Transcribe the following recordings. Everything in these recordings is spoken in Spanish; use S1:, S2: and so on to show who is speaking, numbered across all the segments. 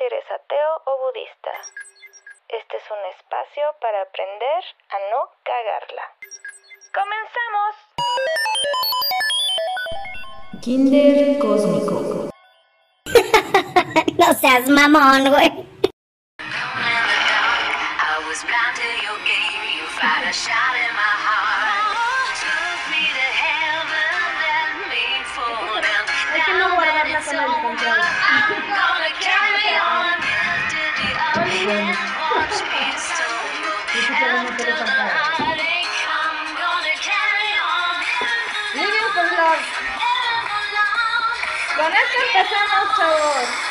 S1: eres ateo o budista. Este es un espacio para aprender a no cagarla. ¡Comenzamos!
S2: Kinder Cósmico.
S3: No seas mamón, güey.
S4: I was blind till you gave me a fight, a shot in my heart. Took me to heaven, that made full down. Now that it's over, I'm gonna carry on. To the other end, watch me stumble. After the heartache, I'm gonna carry on.
S5: Niños, por favor, con esto empezamos, chavos.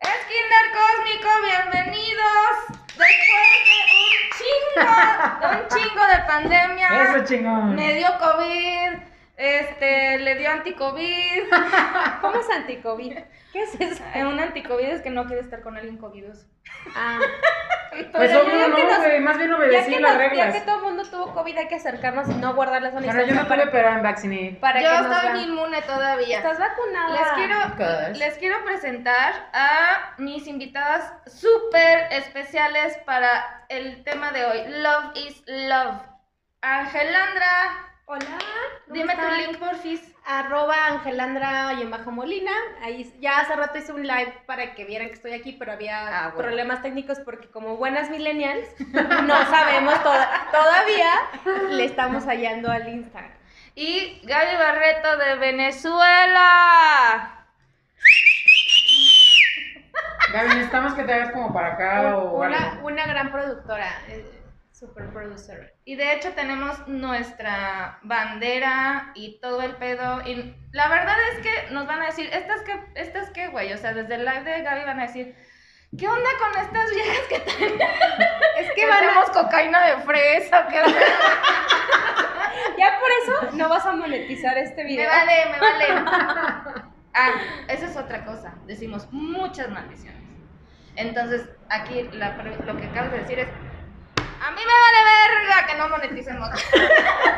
S5: Es Kinder Cósmico, bienvenidos. Después de un chingo, de un chingo de pandemia.
S6: Eso chingón.
S5: Me dio COVID, este, le dio anticovid.
S7: ¿Cómo es anticovid? ¿Qué es eso?
S5: Eh, Un anticovid es que no quiere estar con alguien covidoso.
S7: Ah,
S6: Pues
S7: Pero
S6: obvio
S7: ya que
S6: no,
S7: nos-
S6: güey, más bien
S7: ya, que
S6: obedecí las
S7: nos- ya
S6: reglas.
S7: que todo el mundo tuvo COVID hay que acercarnos y no guardar la zona
S6: Bueno, yo no tuve,
S7: para,
S6: pero me vacciné.
S7: para que
S5: Yo
S7: nos
S5: estoy
S7: vean.
S5: inmune todavía.
S7: Estás vacunada.
S5: Les quiero, les quiero presentar a mis invitadas súper especiales para el tema de hoy. Love is love. Angelandra,
S7: Hola. ¿cómo
S5: dime tu
S7: están?
S5: link, porfis.
S7: Arroba Angelandra y en bajo Molina. Ahí ya hace rato hice un live para que vieran que estoy aquí, pero había
S6: Ah, bueno.
S7: problemas técnicos porque como buenas millennials no sabemos toda- todavía le estamos hallando al Instagram.
S5: Y Gaby Barreto de Venezuela.
S6: Gaby, necesitamos que te hagas como para acá o
S7: Una,
S6: algo.
S7: una gran productora, eh, super producer.
S5: Y de hecho tenemos nuestra bandera y todo el pedo. Y la verdad es que nos van a decir, ¿estas qué, estas qué, güey? O sea, desde el live de Gaby van a decir, ¿qué onda con estas viejas que tenemos?
S7: Es
S5: ¿Que
S7: que van a-
S5: tenemos cocaína de fresa? ¿Qué onda?
S7: Ya por eso no vas a monetizar este
S5: me
S7: video.
S5: vale, me vale. Ah, esa es otra cosa. Decimos muchas maldiciones. Entonces, aquí la pre- lo que acabas de decir es, a mí me vale verga que no moneticemos.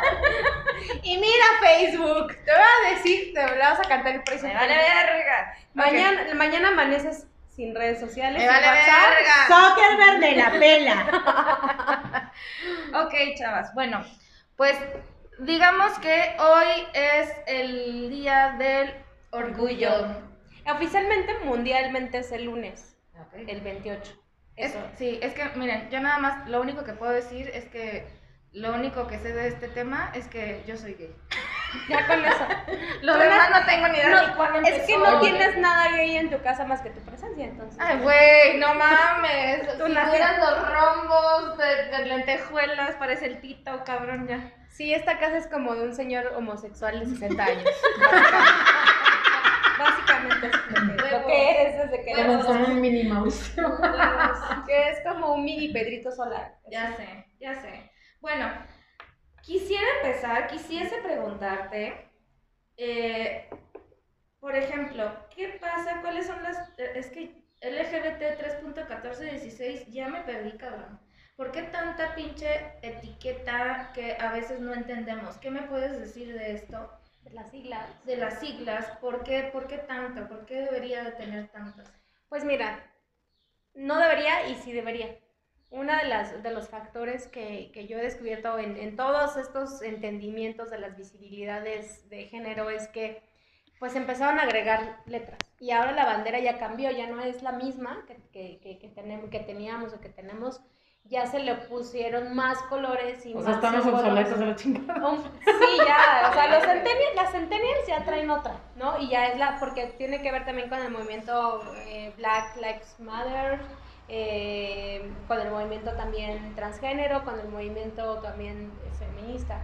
S7: Y mira Facebook, te voy a decir, te vas a cantar el precio.
S5: Me vale verga.
S7: Mañana, mañana amaneces sin redes sociales.
S5: Me
S7: sin
S5: vale
S7: WhatsApp.
S5: verga.
S3: Zuckerberg de la pela.
S5: Ok, chavas. Bueno, pues digamos que hoy es el día del orgullo.
S7: Oficialmente, mundialmente es el lunes, el 28.
S5: Es-
S7: Eso.
S5: sí, es que miren, yo nada más lo único que puedo decir es que lo único que sé de este tema es que yo soy gay.
S7: Ya con eso.
S5: Lo
S7: Tú
S5: demás no tengo ni idea
S7: no,
S5: de cuándo
S7: es que no tienes nada gay en tu casa más que tu presencia, entonces.
S5: Ay, güey, no mames.
S7: Tú
S5: si
S7: naciste-
S5: fueran los rombos de, de lentejuelas, parece el tito, cabrón, ya.
S7: Sí, esta casa es como de un señor homosexual de 60 años. Básicamente es lo que, lo que eres desde que eres
S6: Como, como un mini mouse.
S7: que es como un mini Pedrito Solar.
S5: Ya sé, ya sé. Bueno, quisiera empezar, quisiese preguntarte, eh, por ejemplo, ¿qué pasa? ¿Cuáles son las... eh, Es que LGBT 3.1416 ya me perdí, cabrón. ¿Por qué tanta pinche etiqueta que a veces no entendemos? ¿Qué me puedes decir de esto?
S7: Las siglas.
S5: De las siglas, ¿por qué, por qué tanto? ¿Por qué debería de tener tantas?
S7: Pues mira, no debería y sí debería. Uno de, las, de los factores que, que yo he descubierto en, en todos estos entendimientos de las visibilidades de género es que pues empezaron a agregar letras y ahora la bandera ya cambió, ya no es la misma que, que, que, que tenem- que teníamos o que tenemos, ya se le pusieron más colores y
S6: O
S7: más...
S6: sea, estamos
S7: símbolos.
S6: obsoletos a la chingada.
S7: Um, sí, ya, o sea, los centennials, las centennials ya traen otra, ¿no? Y ya es la, porque tiene que ver también con el movimiento eh, Black Lives Matter, eh, con el movimiento también transgénero, con el movimiento también eh, feminista.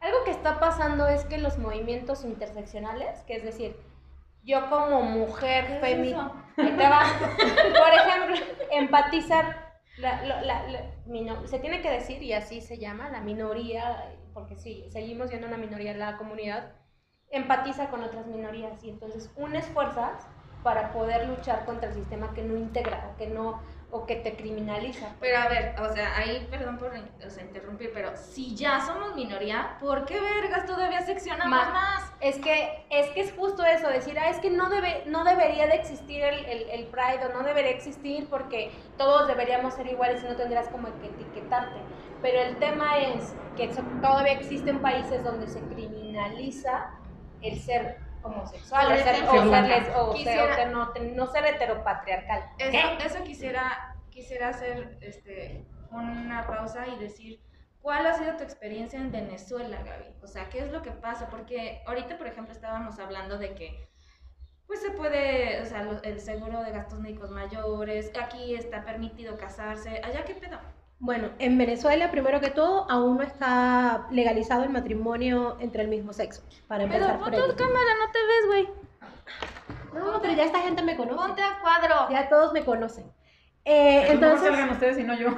S7: Algo que está pasando es que los movimientos interseccionales, que es decir, yo como mujer feminista, por ejemplo, empatizar. La, lo- la- la- mino- se tiene que decir, y así se llama, la minoría, porque sí, seguimos siendo una minoría en la comunidad, empatiza con otras minorías y entonces unes fuerzas para poder luchar contra el sistema que no integra o que no, o que te criminaliza.
S5: Pero a ver, o sea, ahí, perdón por in- o sea, interrumpir, pero si ya somos minoría, ¿por qué vergas todavía seccionamos
S7: Ma-
S5: más?
S7: Es que, es que es justo eso, decir, ah, es que no, debe, no debería de existir el, el, el Pride o no debería existir porque todos deberíamos ser iguales y no tendrás como que etiquetarte. Pero el tema es que eso- todavía existen países donde se criminaliza el ser homosexual
S5: Por
S7: o ser,
S5: ejemplo,
S7: o ser
S6: Según-
S7: les- o ser-
S5: quisiera-
S7: o ser no, no ser heteropatriarcal.
S5: Eso, eso quisiera, quisiera hacer este, una pausa y decir, ¿cuál ha sido tu experiencia en Venezuela, Gaby? O sea, ¿qué es lo que pasa? Porque ahorita, por ejemplo, estábamos hablando de que, pues se puede, o sea, lo- el seguro de gastos médicos mayores, aquí está permitido casarse, allá qué pedo.
S8: Bueno, en Venezuela, primero que todo, aún no está legalizado el matrimonio entre el mismo sexo. Para empezar
S5: Pero
S8: por
S5: pon tu
S8: ahí.
S5: cámara, no te ves, güey.
S8: No, pero ya esta gente me conoce.
S5: Ponte a cuadro.
S8: Ya todos me conocen. Eh,
S6: Entonces, no
S8: entonces,
S6: salgan ustedes y no yo.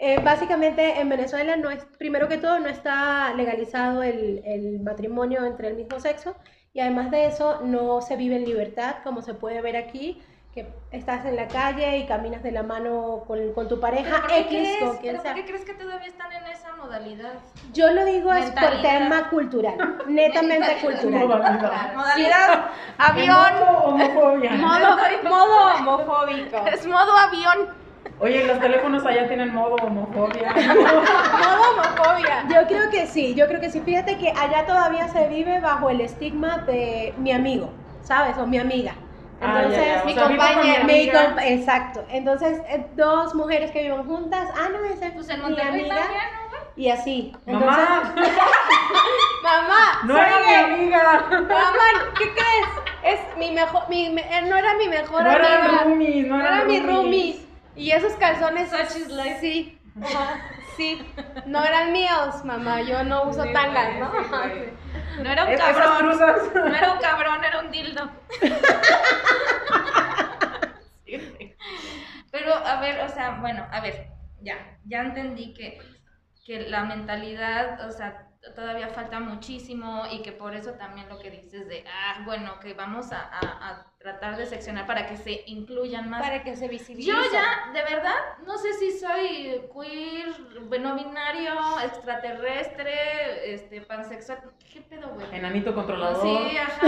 S8: eh, básicamente en Venezuela, no es, primero que todo, no está legalizado el, el matrimonio entre el mismo sexo. Y además de eso, no se vive en libertad, como se puede ver aquí, que estás en la calle y caminas de la mano con, con tu pareja
S5: ¿Por qué
S8: X,
S5: crees-
S8: con quien
S5: pero
S8: sea.
S5: por qué crees que todavía están en esa modalidad?
S8: Yo lo digo es por
S5: Mentalidad.
S8: tema cultural, netamente cultural.
S6: Modalidad.
S5: Modalidad
S6: Modo homofobia.
S7: modo homofóbico.
S5: es modo avión.
S6: Oye, los teléfonos allá tienen modo homofobia.
S7: modo homofobia.
S8: Yo creo que sí, yo creo que sí. Fíjate que allá todavía se vive bajo el estigma de mi amigo, ¿sabes? O mi amiga.
S6: Ah, ya,
S8: Entonces,
S6: ya, o sea,
S8: mi
S6: vivo con mi
S8: compañera,
S6: amiga.
S8: mi compa- exacto. Entonces, eh, dos mujeres que viven juntas, ah, no, esa es
S5: Pues en
S8: mi
S5: Monterrey
S8: amiga.
S5: también.
S8: Y así. Entonces,
S6: Mamá,
S7: Mamá,
S6: no
S7: soy
S6: era mi
S7: gay.
S6: amiga.
S7: Mamá, ¿qué crees? Es mi mejor, mi, me- eh, no era mi mejor
S6: No
S7: amiga.
S6: eran roomies, no
S7: no
S6: eran
S7: era mi
S6: roomies.
S7: roomie. Y esos calzones,
S5: Such is life.
S7: sí, ajá, sí, no eran míos, mamá. Yo no uso
S6: Sí,
S7: tangas,
S6: güey,
S7: ¿no?
S6: sí, güey.
S5: No era un
S6: Es- E- Esas
S5: cabrón.
S6: cruzas.
S5: No era un cabrón, era un dildo. Pero, a ver, o sea, bueno, a ver, ya, ya entendí que, que la mentalidad, o sea, todavía falta muchísimo y que por eso también lo que dices de, ah, bueno, que vamos a, a- a tratar de seccionar para que se incluyan más.
S7: Para que se visibilice.
S5: Yo ya, de verdad, no sé si soy queer, no binario, extraterrestre, este, pansexual, ¿qué pedo, güey?
S6: Enanito controlador.
S5: Sí, ajá.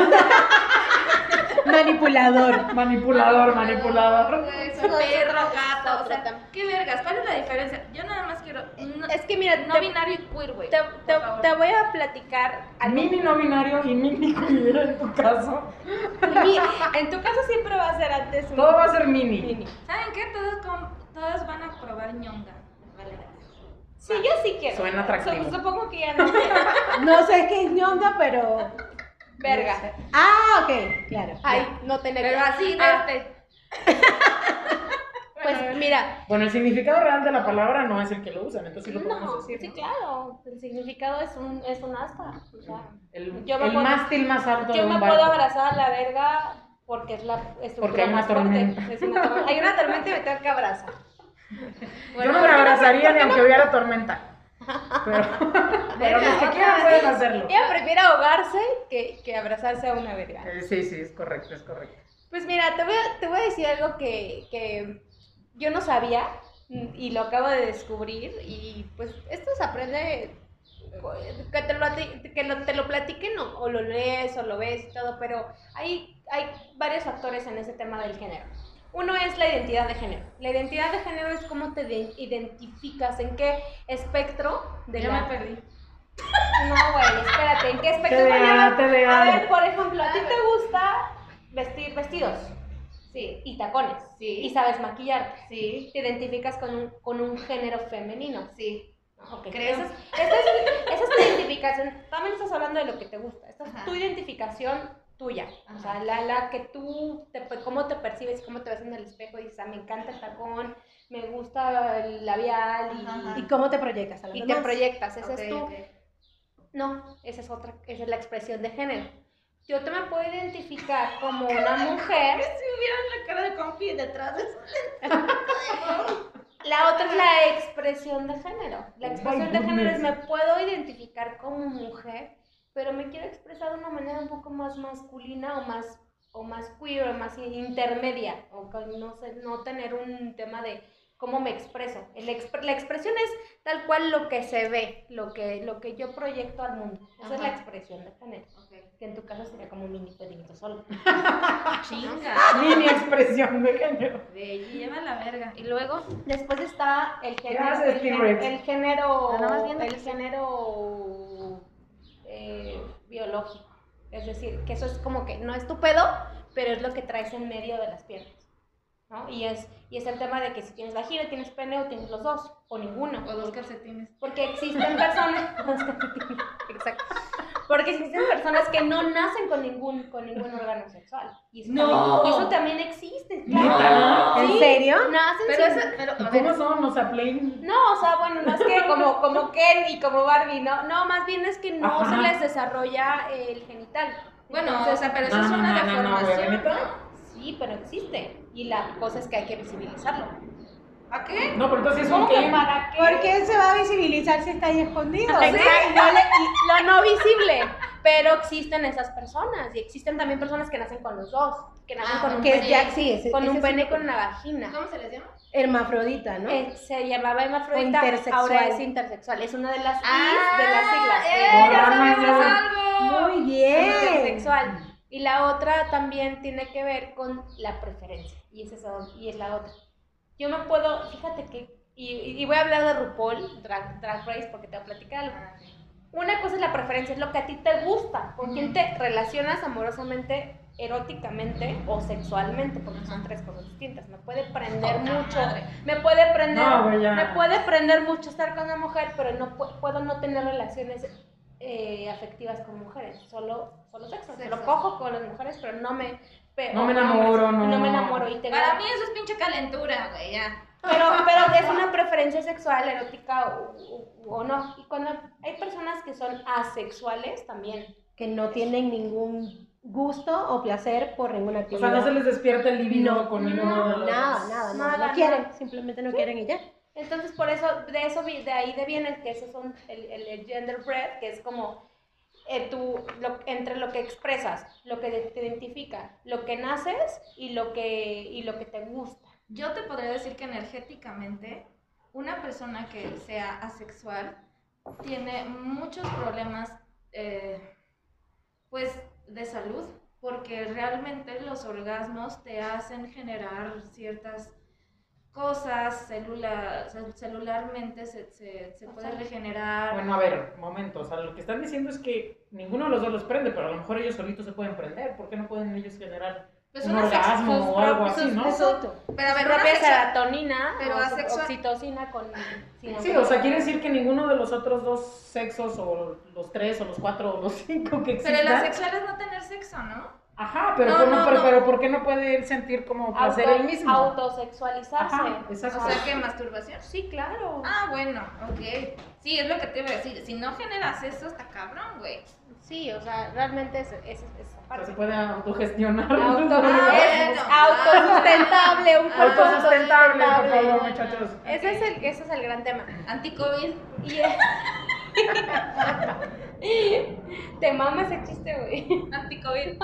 S8: manipulador.
S6: Manipulador, manipulador.
S5: Güey, soy
S7: Eso no es
S5: perro,
S7: otra-
S5: gato, o
S7: otra
S5: sea,
S7: tam-
S5: ¿qué vergas? ¿Cuál es la diferencia? Yo nada más quiero... No,
S7: Es que mira,
S5: no
S7: te,
S5: binario y queer, güey.
S7: te,
S5: por
S7: te-
S5: favor.
S7: te voy a platicar. algo.
S6: Mini no binario y mini queer en tu caso.
S7: Mi- en tu caso siempre va a ser antes. un-
S6: Todo va a ser mini.
S7: mini.
S5: ¿Saben qué? Todos, com- todos van a probar ñonga. Vale.
S7: Sí, yo sí quiero.
S6: Suena atractivo.
S7: Sup- Supongo que ya no quiero.
S8: No sé qué es ñonga, pero.
S7: Verga.
S8: Ah, ok, claro.
S7: Ay, no tener
S5: Pero así, de
S7: Ah,
S5: este.
S7: Pues mira,
S6: Bueno, el significado real de la palabra no es el que lo usan, entonces sí lo podemos
S7: no, sí,
S6: decir. ¿no?
S7: claro, el significado es un, es un asta. o sea,
S6: El,
S7: Yo me
S6: el
S7: puedo-
S6: mástil más alto de
S7: yo
S6: un
S7: me
S6: barco.
S7: puedo abrazar a la verga porque es la estructura
S6: Porque hay una
S7: más fuerte,
S6: tormenta.
S7: es una tormenta. Hay una tormenta y me tengo que abrazar.
S6: Yo no me abrazaría ni aunque hubiera tormenta. Pero, pero los que quieran pueden hacerlo.
S7: Ella prefiere ahogarse que, que abrazarse a una verga.
S6: Eh, Sí, sí, es correcto, es correcto.
S7: Pues mira, te voy a, te voy a decir algo que, que yo no sabía mm, y lo acabo de descubrir y pues esto se aprende co- que te lo, ati- que lo- te lo platiquen o, o lo lees o lo ves y todo, pero hay, hay varios factores en ese tema del género. Uno es la identidad de género. La identidad de género es cómo te de- identificas, en qué espectro de
S5: Ya
S7: la...
S5: me perdí.
S7: No, güey, espérate, ¿en qué espectro te
S6: TDA,
S7: Pues A ver,
S6: TDA.
S7: por ejemplo, ¿a ti te gusta vestir vestidos? Sí. Y tacones.
S5: Sí.
S7: Y sabes maquillarte.
S5: Sí.
S7: Te identificas con un, con un género femenino.
S5: Sí.
S7: Ok.
S5: ¿Crees?
S7: Esa es, esa es- esa es tu identificación. También estás hablando de lo que te gusta. Esta es
S5: Ajá.
S7: tu identificación tuya. O sea,
S5: Ajá.
S7: la, la que tú, te, pe- cómo te percibes, cómo te ves en el espejo y dices, ah, me encanta el tacón, me gusta el labial y,
S5: Ajá, ajá.
S8: ¿Y cómo te proyectas a los
S7: y te
S8: demás?
S7: proyectas. Esa
S5: Ok,
S7: es tu
S5: ok.
S7: no, esa es otra, esa es la expresión de género. Yo te me puedo identificar como una mujer,
S5: Si hubieran la cara de confi detrás de eso.
S7: la otra es la expresión de género. La expresión de género es me
S6: goodness.
S7: puedo identificar como mujer, pero me quiero expresar de una manera un poco más masculina o más o más queer o más intermedia, o con no, sé, no tener un tema de cómo me expreso. El expre- la expresión es tal cual lo que se ve, lo que, lo que yo proyecto al mundo. Esa es la
S5: Ajá.
S7: expresión de género.
S5: Ok.
S7: Que en tu caso sería como un mini pedimito solo.
S5: Chinga.
S6: Mini expresión de género.
S5: Ve, lleva la verga.
S7: Y luego, después está el género.
S6: Gracias,
S7: el,
S6: Steve
S7: gé-
S6: Reeves.
S7: el género.
S5: Ah, Nada más viendo
S7: el
S5: que sí.
S7: género eh, biológico. Es decir, que eso es como que no es tu pedo, pero es lo que traes en medio de las piernas. ¿no? Y, es, y es el tema de que si tienes vagina, tienes pene o tienes los dos, o ninguno.
S5: O dos calcetines.
S7: Porque existen personas. Exacto. Porque existen personas que no nacen con ningún, con ningún órgano sexual. Y eso,
S6: ¡No!
S7: también, y eso también existe.
S6: ¿Neta?
S7: Sí,
S8: ¿En serio?
S7: Nacen
S5: Pero
S7: sin-
S5: esa, pero,
S6: ¿Y
S5: a
S6: cómo
S5: ver,
S6: son? O sea, plain.
S7: No, o sea, bueno, no es que como, como Ken y como Barbie, no, no, más bien es que no
S6: Ajá.
S7: se les desarrolla el genital.
S5: bueno, o
S7: Entonces,
S5: sea, pero eso
S6: No,
S5: es
S6: no,
S5: una
S6: no, no, no, güey,
S5: deformación,
S6: ¿neta?
S5: ¿no?
S7: sí, pero existe. Y la cosa es que hay que visibilizarlo.
S5: ¿A qué?
S6: No, pero entonces es un
S7: ¿Cómo que
S6: game.
S7: para qué?
S8: ¿Por qué se va a visibilizar si está ahí escondido?
S7: Exacto, no le- y lo no visible. Pero existen esas personas. Y existen también personas que nacen con los dos. Que nacen
S5: Ah,
S7: con un
S8: Que es
S7: pene,
S8: ya sí, ese-
S7: con
S8: ese
S7: un
S8: sí.
S7: pene con una vagina.
S5: ¿Cómo se les llama?
S8: Hermafrodita, ¿no?
S7: Eh, se llamaba hermafrodita,
S8: O intersexual.
S7: ahora es intersexual. Es una de las is de las siglas.
S6: Ah,
S5: ¡Eh, ya
S6: Órale.
S5: sabemos algo!
S8: Muy bien.
S7: sexual. Y la otra también tiene que ver con la preferencia. Y es, esa, y es la otra. Yo me puedo, fíjate que, y, y voy a hablar de RuPaul, Drag, Drag Race, porque te voy a platicar algo. Una cosa es la preferencia, es lo que a ti te gusta, con quién te relacionas amorosamente, eróticamente o sexualmente, porque son tres cosas distintas. Me puede prender mucho, me puede prender,
S6: No, güey, ya.
S7: me puede prender mucho estar con una mujer, pero no pu- puedo no tener relaciones eh, afectivas con mujeres, solo, solo sexo. Lo cojo con las mujeres, pero no me pe-
S6: No me
S7: o con hombres,
S6: enamoro, no.
S7: me enamoro y te
S5: Para
S7: veo-
S5: mí eso es pinche calentura, güey, ya.
S7: pero, pero es una preferencia sexual, erótica o, o- o no. Y cuando hay personas que son asexuales también.
S8: Que no tienen ningún gusto o placer por ninguna
S6: O
S8: actividad.
S6: sea, no se les despierta el libido con ninguno de los
S8: Nada, nada, nada.
S7: Nada,
S8: no quieren,
S7: nada.
S8: simplemente no quieren y ya.
S7: Entonces, por eso, de eso vi- de ahí deviene que esos son el, el, el gender bread, que es como eh, tú, lo- entre lo que expresas, lo que te identifica, lo que naces y lo que, y lo que te gusta.
S5: Yo te podría decir que energéticamente, una persona que sea asexual tiene muchos problemas, eh, pues, de salud, porque realmente los orgasmos te hacen generar ciertas cosas, celula- cel- celularmente se, se, se puede regenerar.
S6: Bueno, a ver, momento. O sea, lo que están diciendo es que ninguno de los dos los prende, pero a lo mejor ellos solitos se pueden prender. ¿Por qué no pueden ellos generar
S5: Pues
S6: un
S5: una sex- sus
S6: orgasmo o algo
S5: propios-
S6: así, no?
S5: Pero a ver, una
S7: propia
S5: sexual-
S7: serotonina,
S5: pero
S7: o
S5: asexual-
S7: oxitocina con... sin
S6: Sí, o sea, quiere decir que ninguno de los otros dos sexos, o los tres, o los cuatro, o los cinco que
S5: Pero
S6: existan.
S5: el asexual es no tener sexo, ¿no?
S6: Ajá, pero,
S5: No,
S6: ¿cómo-
S5: no,
S6: pero,
S5: no.
S6: pero ¿por qué no puede él sentir como placer
S7: auto-
S6: él mismo?
S7: Autosexualizarse.
S6: Ajá, exacto.
S5: O sea, que masturbación.
S7: Sí, claro.
S5: Ah, bueno, ok. Sí, es lo que te iba a decir. Si no generas eso, está cabrón, güey.
S7: Sí, o sea, realmente es, es, es
S6: O sea,
S7: esa
S6: se
S7: parte.
S6: puede autogestionar.
S7: Auto-
S5: Ah,
S7: es
S5: bueno.
S7: autosustentable, un
S5: Ah,
S7: poco
S6: Autosustentable, por favor,
S7: sustentable.
S6: muchachos.
S7: Ese es, el, ese es el gran tema.
S5: Anticovid.
S7: Y es- Te mamas el chiste, güey.
S5: Anticovid.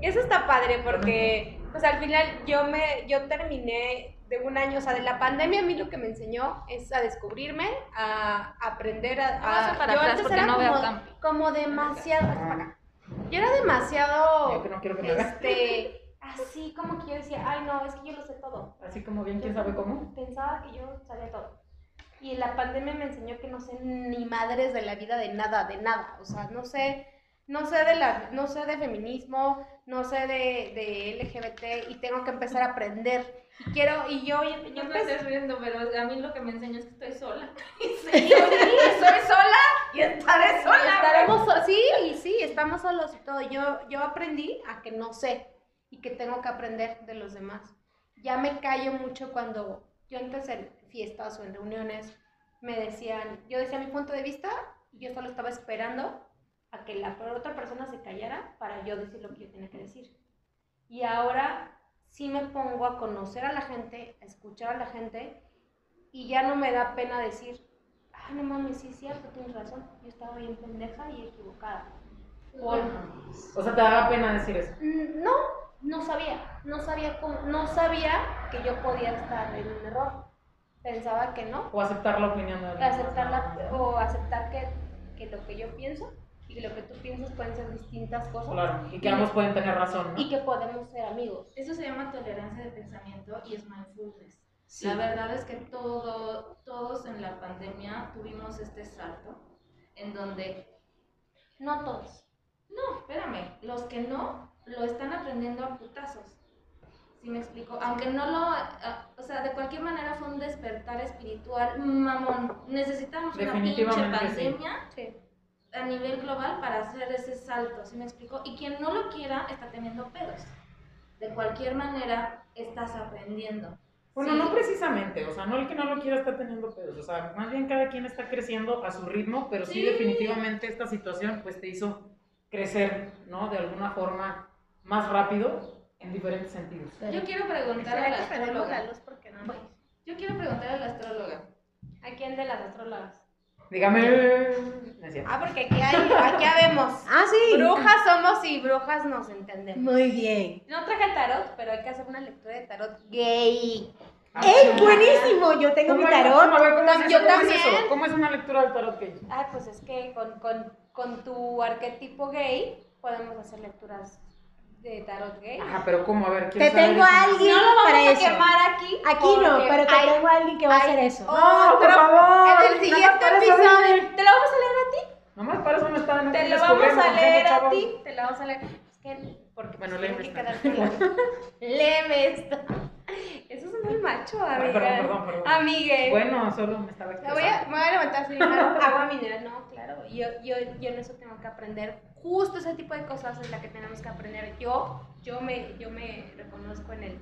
S7: Eso está padre porque, pues al final yo me, yo terminé de un año, o sea, de la pandemia a mí lo que me enseñó es a descubrirme, a aprender a... a-
S5: Vamos para
S7: yo
S5: atrás
S7: antes
S5: porque
S7: era
S5: no veo
S7: como-
S5: campo.
S7: como demasiado... hasta para acá.
S6: Ah,
S7: Yo era demasiado,
S6: Yo que no quiero que me hagas.
S7: este, así como que yo decía, ay no, es que yo lo sé todo.
S6: Así como bien, quién sabe cómo.
S7: Pensaba que yo sabía todo. Y la pandemia me enseñó que no sé ni madres de la vida de nada, de nada. O sea, no sé, no sé de la, no sé de feminismo, no sé de, de LGBT y tengo que empezar a aprender. Y quiero, y yo, yo,
S5: Yo me
S7: empecé-
S5: estoy riendo, pero a mí lo que me enseñó es que estoy sola. Sí, soy sola y estaré
S7: Y
S5: sola.
S7: estaremos so- sí, y sí, estamos solos y todo. Yo, yo aprendí a que no sé y que tengo que aprender de los demás. Ya me callo mucho cuando yo antes en fiestas o en reuniones me decían, yo decía mi punto de vista y yo solo estaba esperando a que la otra persona se callara para yo decir lo que yo tenía que decir. Y ahora sí me pongo a conocer a la gente, a escuchar a la gente y ya no me da pena decir, ah, no mames, sí es cierto, tienes razón, yo estaba bien pendeja y equivocada. por-
S6: O sea, te daba pena decir eso.
S7: Mm, No, no sabía, no sabía cómo- no sabía que yo podía estar en un error. Pensaba que no,
S6: O aceptar la opinión de alguien.
S7: aceptar la- o aceptar que, que lo que yo pienso y que lo que tú piensas pueden ser distintas cosas
S6: Claro, y que ambos pueden tener razón, ¿no?
S7: y que podemos ser amigos.
S5: Eso se llama tolerancia de pensamiento y es mindfulness. La verdad es que todo, todos en la pandemia tuvimos este salto en donde,
S7: No todos.
S5: no, espérame, los que no lo están aprendiendo a putazos. ¿Sí me explico? Aunque no lo, a- o sea, de cualquier manera fue un despertar espiritual mamón. Necesitamos una pinche
S6: Definitivamente sí.
S5: pandemia
S7: Sí.
S5: a nivel global para hacer ese salto, ¿sí me explico? Y quien no lo quiera está teniendo pedos. De cualquier manera, estás aprendiendo.
S6: Bueno,
S5: Sí.
S6: no precisamente, o sea, no el que no lo quiera está teniendo pedos, o sea, más bien cada quien está creciendo a su ritmo, pero sí,
S5: Sí.
S6: definitivamente esta situación pues te hizo crecer, ¿no? De alguna forma más rápido en diferentes sentidos.
S5: Yo quiero preguntar a la astróloga.
S7: porque no.
S5: Yo quiero preguntar a la astróloga.
S7: ¿A quién de las astrólogas?
S6: Dígame, no es cierto.
S7: Ah, porque aquí hay, aquí habemos.
S8: Ah, sí.
S7: Brujas somos y brujas nos entendemos.
S8: Muy bien.
S7: No traje el tarot, pero hay que hacer una lectura de tarot gay.
S6: Ah,
S8: ¡Ey,
S6: sí.
S8: buenísimo! Yo tengo mi
S6: ¿Cómo es? A
S8: tarot.
S6: ver, ¿cómo es
S7: Tam-
S6: eso?
S7: yo
S6: ¿Cómo es
S7: también.
S6: eso? ¿Cómo es una lectura del tarot que
S7: Ah, pues es que con, con, con tu arquetipo gay podemos hacer lecturas de tarot gay.
S6: Ajá, Ah, pero ¿cómo? A ver, quiero
S8: Te
S6: saber
S8: tengo
S6: eso.
S8: a alguien
S7: No lo vamos
S8: para
S7: a
S8: eso.
S7: quemar aquí.
S8: Aquí no,
S7: porque
S8: pero te
S7: hay
S8: tengo a alguien que va a
S7: hay
S8: hacer eso.
S6: No, por
S7: otro-
S6: favor.
S7: En el
S6: Nada más
S7: siguiente
S6: para eso
S7: episodio.
S6: viene.
S7: ¿Te lo vamos a leer a ti?
S6: Nomás para eso no está no
S7: Te
S6: tienes
S7: lo vamos a
S6: problema,
S7: leer a
S6: chavos.
S7: ti. Te lo vamos a leer. Es que. Porque pues,
S6: Bueno,
S7: tiene
S6: léeme
S7: que
S6: esta.
S7: quedar claro. Léeme esta. Eso es muy macho,
S6: Ay,
S7: amiga.
S6: perdón, perdón, perdón.
S7: Amigue.
S6: Bueno, solo me estaba
S7: Me voy, a,
S6: expresando.
S7: me voy a levantar así, claro, agua mineral, no, claro, yo, yo, yo en eso tengo que aprender, justo ese tipo de cosas es la que tenemos que aprender, yo, yo me, yo me reconozco en él,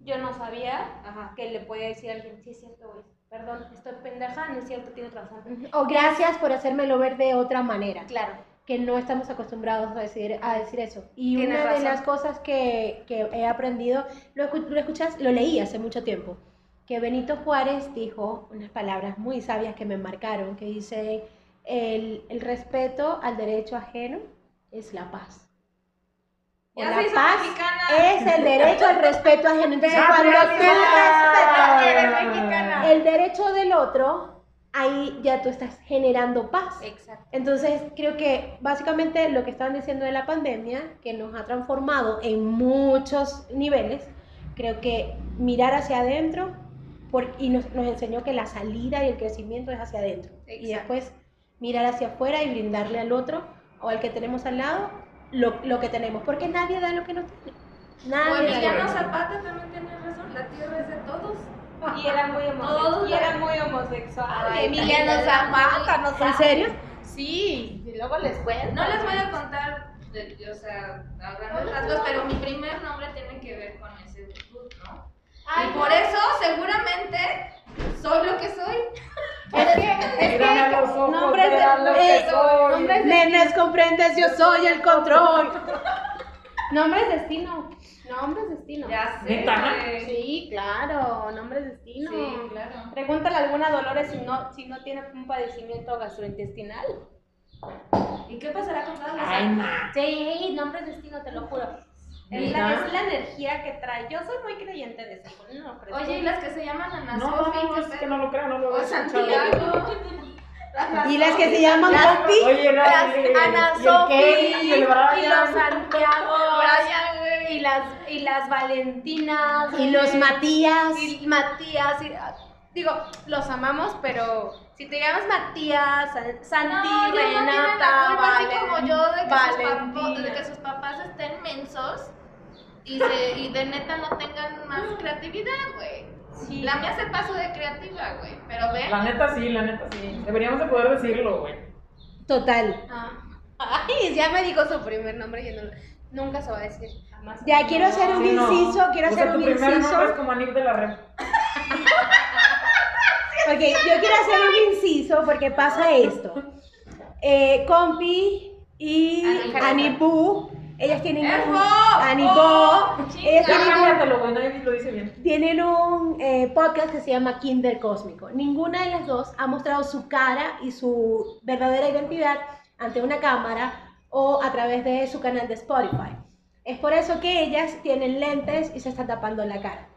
S7: yo no sabía
S5: Ajá.
S7: que le podía decir a alguien, sí es cierto, güey, perdón, estoy pendeja, no es cierto, tienes razón,
S8: O gracias por hacérmelo ver de otra manera.
S7: claro,
S8: que no estamos acostumbrados a decir, a decir eso. Y
S7: Tienes
S8: una
S7: razón.
S8: de las cosas que, que he aprendido, lo, escu- lo escuchas, lo leí hace mucho tiempo, que Benito Juárez dijo unas palabras muy sabias que me marcaron, que dice, el, el respeto al derecho ajeno es la paz. O
S5: Ya
S8: la
S5: se hizo
S8: paz
S7: Ah.
S6: Eh.
S5: mexicana.
S8: es el derecho al respeto ajeno. Entonces,
S6: Ya
S8: cuando
S6: se
S8: tú
S6: hizo.
S8: respetas
S6: Ah.
S7: eres mexicana.
S8: el derecho del otro, ahí ya tú estás generando paz.
S7: exacto,
S8: Entonces, creo que básicamente lo que estaban diciendo de la pandemia, que nos ha transformado en muchos niveles, creo que mirar hacia adentro por- y nos, nos enseñó que la salida y el crecimiento es hacia adentro. Y
S7: Exacto.
S8: después mirar hacia afuera y brindarle al otro o al que tenemos al lado lo, lo que tenemos, porque nadie da lo que no tiene.
S5: O
S8: Nadie da lo que
S5: Emiliano
S8: no tiene.
S5: Zapata también tiene razón. La tierra es de todos.
S7: y era muy homosexual,
S5: Todos
S7: y era muy homosexual,
S5: Ay,
S7: Emiliano
S5: también era-
S7: Zapata, no
S8: ¿En
S7: sabes.
S8: serio?
S7: Sí, y luego les cuento.
S5: No les voy a contar, de- o sea, a grandes rasgos, pero mi primer nombre tiene que ver con ese virtud, ¿no?
S7: Ay,
S5: y por eso, seguramente, soy lo que soy.
S7: es que, es
S6: Mírame a
S7: que,
S6: los ojos,
S8: nombres de-
S6: verán lo
S8: eh,
S6: que soy.
S7: nombres de-
S8: Nenes, comprendes, yo soy el control.
S7: Nombre es destino. Nombre es destino.
S5: Ya sé.
S6: ¿Neta?
S5: güey.
S7: Sí, claro, nombre es destino.
S5: Sí, claro.
S7: Pregúntale a alguna Dolores si no, si no tiene un padecimiento gastrointestinal.
S5: ¿Y qué pasará con todas las
S6: Ay, no.
S7: Sí, nombre es destino, te lo juro. Es la,
S6: Mira.
S7: es la energía que trae. Yo soy muy creyente de eso. pero No lo creo.
S5: Oye, y las que se llaman Ana
S6: No, no,
S5: Sofi,
S6: no,
S5: que
S6: es
S5: se-
S6: que no lo creo, no lo
S5: o
S6: veo.
S5: Santiago.
S8: Y las que se llaman Poppy.
S6: Oye, no,
S7: Las
S6: y-
S7: Ana
S6: y el
S7: Sofi
S6: Kevin y
S7: y,
S6: el Brian.
S7: los Santiago y las y las Valentinas
S8: Y los Matías.
S7: y Matías y- ah, digo los amamos pero si te llamas Matías San- Santi
S5: No, ellos no tienen
S7: Renata
S5: la culpa, así como yo, de que, sus
S7: Valentina.
S5: papo- de que sus papás estén mensos y, se- y de neta no tengan más creatividad, güey.
S7: Sí.
S5: La mía se pasó de creativa, güey, pero ven.
S6: La neta sí, la neta sí. Deberíamos de poder decirlo, güey.
S8: Total.
S7: Ah. Ay, ya me dijo su primer nombre yo no lo- nunca se va a decir jamás
S8: Ya quiero hacer un
S6: Sí, no.
S8: inciso, quiero
S6: O sea,
S8: hacer
S6: tu
S8: un
S6: primer nombre es
S8: inciso.
S6: como Anif de la Red.
S8: Porque yo quiero hacer un inciso porque pasa esto. Eh, Compi y
S5: Anacareta.
S8: Anipú, ellas tienen un
S5: ¡Epo!
S7: Oh.
S8: Anipó, ellas
S6: Ya
S8: tienen un,
S6: cámbiatelo, güey, nadie lo dice bien.
S8: tienen un, eh, podcast que se llama Kinder Cósmico. Ninguna de las dos ha mostrado su cara y su verdadera identidad ante una cámara o a través de su canal de Spotify. Es por eso que ellas tienen lentes y se están tapando la cara.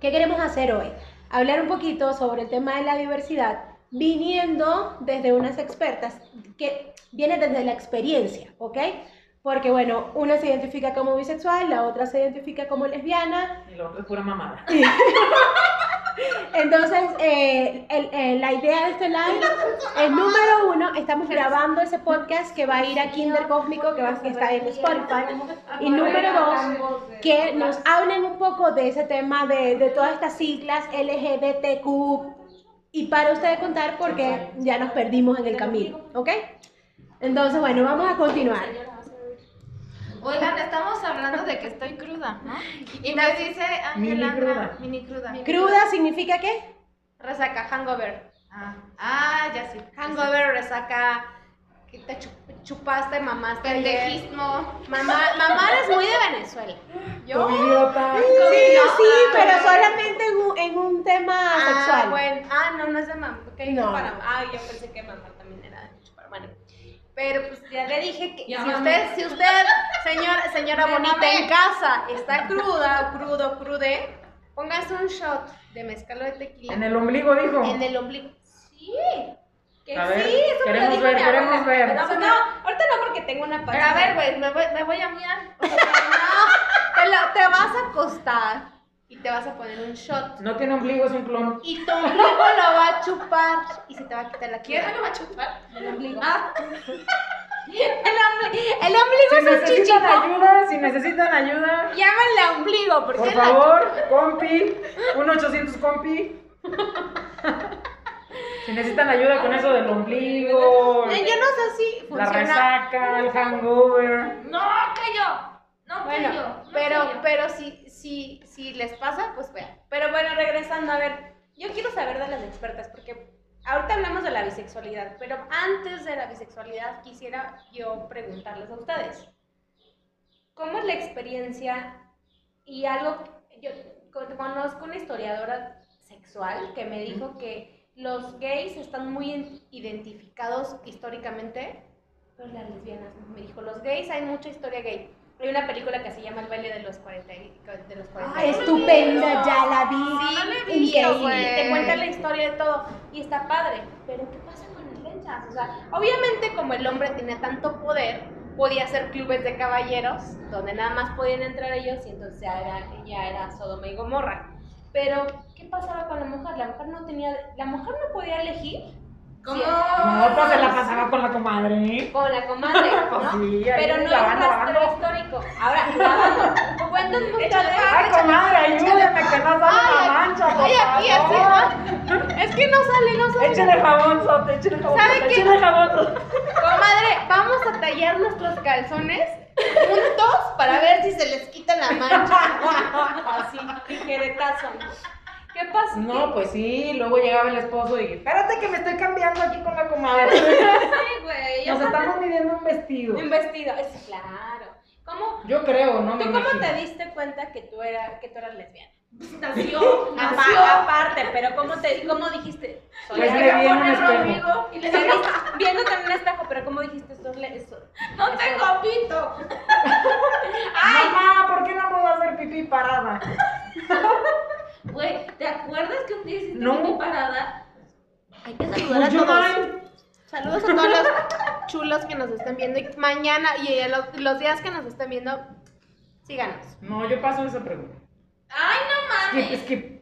S8: ¿Qué queremos hacer hoy? Hablar un poquito sobre el tema de la diversidad viniendo desde unas expertas, que viene desde la experiencia, ¿ok? Porque bueno, una se identifica como bisexual, la otra se identifica como lesbiana.
S6: Y la otra es pura mamada.
S8: Entonces, eh, el- el- la idea de este live es número uno, estamos grabando ese podcast que va a ir a Kinder Cósmico, que va a estar en Spotify. Y número dos, que nos hablen un poco de ese tema de, de todas estas siglas LGBTQ y para ustedes contar porque ya nos perdimos en el camino, ¿ok? Entonces, bueno, vamos a continuar.
S5: Oigan, estamos hablando de que estoy cruda, ¿no? Y me dice
S6: Mini
S5: Ángela,
S6: cruda.
S5: mini cruda.
S8: ¿Cruda significa qué?
S7: Resaca, hangover.
S5: Ah, ah, ya sí.
S7: Hangover, resaca, que te chu- chupaste, mamaste. ayer.
S5: Pendejismo.
S7: Mamá, mamá es muy de Venezuela. Yo.
S6: idiota!
S8: Sí, sí, pero solamente en un, en un tema
S7: Ah,
S8: sexual.
S7: bueno. Ah, no, no es de mamá. ¿Qué dije
S8: No.
S7: para Ah, yo pensé que mamá también era de chupar. Bueno. Pero pues ya le dije que
S5: Ya
S7: si
S5: mamé.
S7: usted, si usted, señora, señora
S5: Me
S7: bonita
S5: mamé.
S7: en casa, está cruda, crudo, crude, póngase un shot de mezcal o de tequila
S6: En el ombligo dijo.
S7: en el ombligo. Sí. Que
S6: A ver,
S7: sí, eso me lo
S6: queremos
S7: dijo
S6: ver,
S7: mi
S6: queremos
S7: abuela.
S6: ver.
S7: Pero, pues, no, ahorita no porque tengo una
S5: Pero
S7: pareja.
S5: a ver, güey, me voy, me voy a miar.
S7: O sea, no, te, la- te vas a acostar y te vas a poner un shot.
S6: No tiene ombligo, es un clon.
S7: Y tu ombligo lo va a chupar y se te va a quitar la
S5: ¿Quién me
S7: quiebra.
S5: lo va a chupar? Ah,
S7: El ombligo. El, ombli- el ombligo
S6: Si
S7: es un
S6: necesitan
S7: chichifo.
S6: ayuda, si necesitan ayuda,
S7: Llámenle ombligo porque
S6: por
S7: es la-
S6: favor, compi, un 800 compi. Si necesitan ayuda con eso del ombligo,
S7: Eh, Yo no sé si
S6: la
S7: funciona.
S6: resaca, el hangover.
S5: No, cayó. No
S7: Bueno,
S5: cayó. no
S7: pero,
S5: cayó.
S7: pero si, si, si les pasa, pues vean. Pero bueno, regresando, a ver, yo quiero saber de las expertas, porque ahorita hablamos de la bisexualidad, pero antes de la bisexualidad quisiera yo preguntarles a ustedes, ¿cómo es la experiencia y algo, yo con- conozco una historiadora sexual que me dijo que los gays están muy in- identificados históricamente, pero las lesbianas no, me dijo, los gays hay mucha historia gay. Hay una película que se llama El baile de los 40. y- De los 40.
S8: Ah, estupenda, ya la vi.
S5: No le vi,
S8: Increíble.
S5: güey.
S7: Te cuentan la historia de todo y está padre. Pero ¿qué pasa con las lenchas? O sea, obviamente como el hombre tenía tanto poder, podía hacer clubes de caballeros donde nada más podían entrar ellos y entonces ya era, ya era Sodoma y Gomorra. Pero ¿qué pasaba con la mujer? La mujer no tenía, la mujer no podía elegir
S5: ¿Cómo?
S6: No, pues se la pasaba con la comadre.
S7: con la comadre,
S6: Pues
S7: ¿no?
S6: sí, ahí
S7: Pero no es
S6: lavando,
S7: rastreo
S6: lavando.
S7: histórico. Ahora, lavando. cuéntenme ustedes.
S6: Ay, comadre, ayúdeme que no sale la mancha, por
S7: Ay, aquí, así,
S6: favor.
S7: ¿no? Es que no sale, no sale.
S6: Échale jabón, sote, échale jabón,
S7: ¿Sabe
S6: sote,
S7: qué?
S6: échale jabón. sote.
S7: Comadre, vamos a tallar nuestros calzones juntos para ver si se les quita la mancha. Así, tijeretazo. ¿Qué pasa?
S6: No, pues sí, luego llegaba el esposo y espérate que me estoy cambiando aquí con la comadre.
S7: Sí, güey.
S6: Nos estamos midiendo un vestido.
S7: Un vestido, es claro. ¿Cómo?
S6: Yo creo, ¿no?
S7: ¿Tú
S6: Me
S7: cómo
S6: imagino.
S7: te diste cuenta que tú, era, que tú eras lesbiana?
S5: Nació,
S7: Apa-
S5: nació.
S7: aparte, pero ¿cómo, te, cómo dijiste? Soy
S6: Pues
S7: lesbiana.
S6: le vi en un
S5: ponerlo
S6: espejo.
S5: amigo y le
S7: Te
S5: digo,
S7: viste- Viéndote en un espejo, pero ¿cómo dijiste? Sos le- so-
S5: no tengo pito.
S6: Mamá, ¿por qué no puedo hacer pipí parada?
S5: Güey, ¿te acuerdas que un día hiciste
S6: No.
S5: mi parada?
S7: Hay que saludar a
S6: Pues yo
S7: todos.
S6: mal.
S7: Saludos a todos los chulos que nos están viendo. Y mañana y a los, los días que nos están viendo, síganos.
S6: No, yo paso esa pregunta.
S5: Ay, no mames.
S7: pues.
S6: Skip, skip.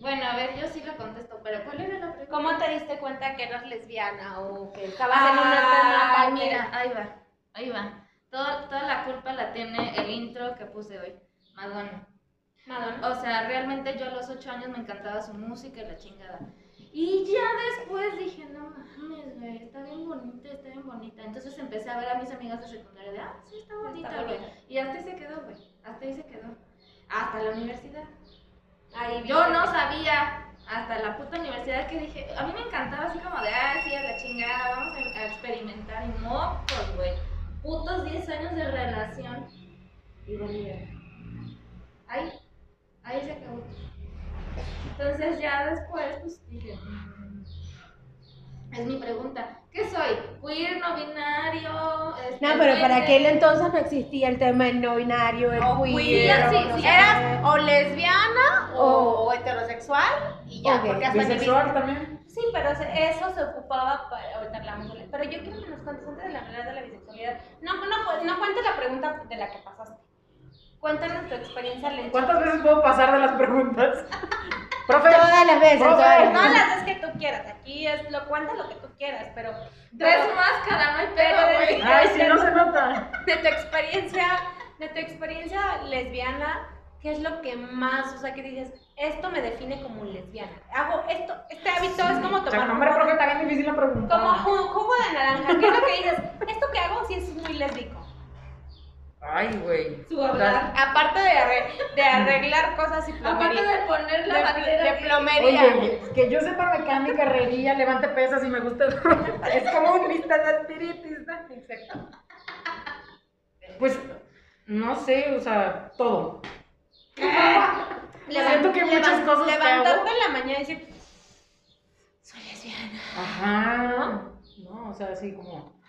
S5: Bueno, a ver, yo sí lo contesto, pero ¿cuál era la pregunta?
S7: ¿Cómo te diste cuenta que eras lesbiana o que estabas
S5: Ah,
S7: en una
S5: mira,
S7: mira.
S5: ahí va, ahí va. Todo- toda la culpa la tiene el intro que puse hoy, Madonna.
S7: Madonna?
S5: O sea, realmente yo a los ocho años me encantaba su música y la chingada. Y ya después dije, no mames, güey, está bien bonita, está bien bonita. Entonces empecé a ver a mis amigas de secundaria de, ah, sí, está bonita, güey. Y hasta ahí se quedó, güey, hasta ahí se quedó. Hasta la universidad.
S7: Ahí
S5: Yo no sabía hasta la puta universidad que dije, a mí me encantaba así como de, ah, sí, a la chingada, vamos a, a experimentar. Y mocos, güey. Putos 10 años de relación. Y volvieron. Ahí, ahí se acabó. Entonces ya después, pues dije, mm, Es mi pregunta. ¿Qué soy? ¿Queer, no binario? este,
S8: No, pero para
S5: duende?
S8: aquel entonces no existía el tema del no binario, el
S7: O
S8: queer,
S7: queer,
S8: o
S5: sí,
S8: no
S5: sí,
S8: sé
S7: eras
S8: qué.
S7: o lesbiana o, heterosexual y ya,
S8: Ok.
S7: porque hasta que
S6: Bisexual también.
S7: Sí, pero se- eso se ocupaba para ahorita hablamos de la- Pero yo quiero que nos cuentes antes de hablar de la bisexualidad. No, no, cu- no cuentes la pregunta de la que pasaste. Cuéntanos tu experiencia lesbiana.
S6: ¿Cuántas veces puedo pasar de las preguntas? Profe,
S8: Todas las veces,
S6: Profe,
S8: todas las
S7: No
S8: veces.
S7: las veces que tú quieras. Aquí es lo cuentas lo que tú quieras, pero
S5: Tres máscaras, no hay pedo, güey.
S6: ay, si no se nota.
S7: de tu experiencia, de tu experiencia lesbiana, ¿qué es lo que más, o sea, que dices, esto me define como lesbiana? Hago esto, este hábito es como tomar
S6: Chaca, hombre,
S7: jugo-
S6: profe, está bien difícil la pregunta.
S7: como ju- jugo de naranja. ¿Qué es lo que dices? Esto que hago sí es muy lésbico.
S6: Ay, güey.
S5: Su hablar.
S7: Aparte de, arre- de arreglar cosas y plomería.
S5: Aparte de poner la
S7: de,
S5: bandera.
S7: de
S5: que-
S7: plomería.
S6: Oye, que yo sepa mecánica, herrería, levante pesas y me gusta el rollo. Es como un lista de aspiritis, ¿no? Exacto. Pues, no sé, o sea, todo. Siento que muchas
S7: Levan-
S6: cosas que
S7: Levantarte
S6: hago-
S7: en la mañana y decir, soy lesbiana.
S6: Ajá. No, o sea, así como.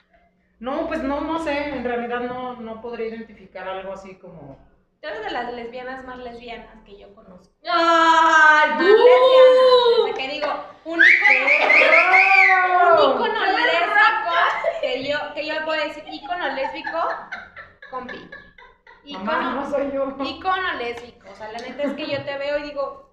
S6: No, pues no, no sé. En realidad no, no podría identificar algo así como.
S7: Tú eres de las lesbianas más lesbianas que yo conozco.
S5: ¡Ay,
S7: Más
S5: tú!
S7: lesbianas. Desde que digo, un ícono, un
S6: ¡Oh!
S7: ícono lésbico que yo, que yo puedo decir, ícono lésbico, compi.
S6: Mamá, no
S7: Ícono,
S6: soy yo.
S7: ícono lésbico. O sea, la neta es que yo te veo y digo,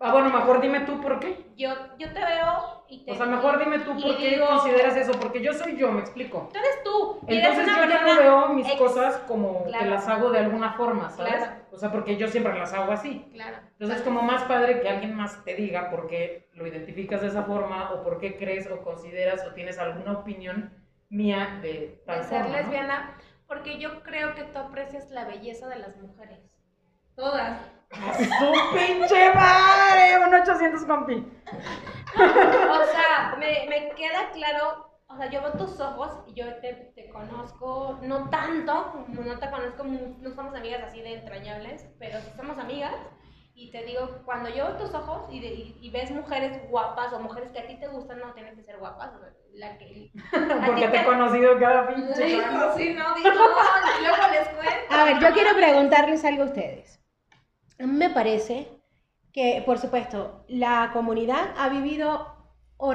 S6: Ah, bueno, mejor dime tú por qué.
S7: yo, yo te veo y te
S6: O sea, mejor dime tú
S7: y
S6: por qué
S7: digo,
S6: consideras eso. Porque yo soy yo, me explico.
S7: Tú eres tú. y eres
S6: Entonces
S7: una
S6: yo ya no
S7: persona-
S6: veo mis
S7: ex-
S6: cosas como que
S7: claro.
S6: las hago de alguna forma, ¿sabes?
S7: Claro.
S6: O sea, porque yo siempre las hago así.
S7: Claro.
S6: Entonces es como más padre que alguien más te diga por qué lo identificas de esa forma o por qué crees o consideras o tienes alguna opinión mía de tal
S7: de ser
S6: forma, ¿no?
S7: lesbiana, porque yo creo que tú aprecias la belleza de las mujeres.
S5: Todas.
S6: ¡Su pinche madre! Un 800 compi.
S7: O sea, me, me queda claro, o sea, yo veo tus ojos y yo te, te conozco, no tanto, como no te conozco, mu- no somos amigas así de entrañables, pero sí somos amigas. Y te digo, cuando yo veo tus ojos y, de- y- y ves mujeres guapas o mujeres que a ti te gustan, no tienen que ser guapas, o sea, la que... a ti
S6: Porque te he conocido cada pinche.
S5: Dijo, sí, no, dijo. Y luego les cuento.
S8: A ver, yo quiero preguntarles algo a ustedes. A mí me parece que, por supuesto, la comunidad ha vivido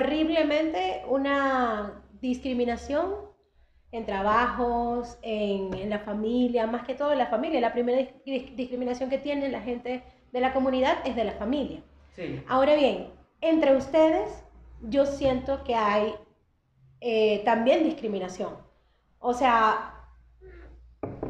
S8: horriblemente una discriminación en trabajos, en, en la familia, más que todo en la familia. La primera dis- dis- discriminación que tiene la gente de la comunidad es de la familia.
S6: Sí.
S8: Ahora bien, entre ustedes yo siento que hay eh, también discriminación. O sea,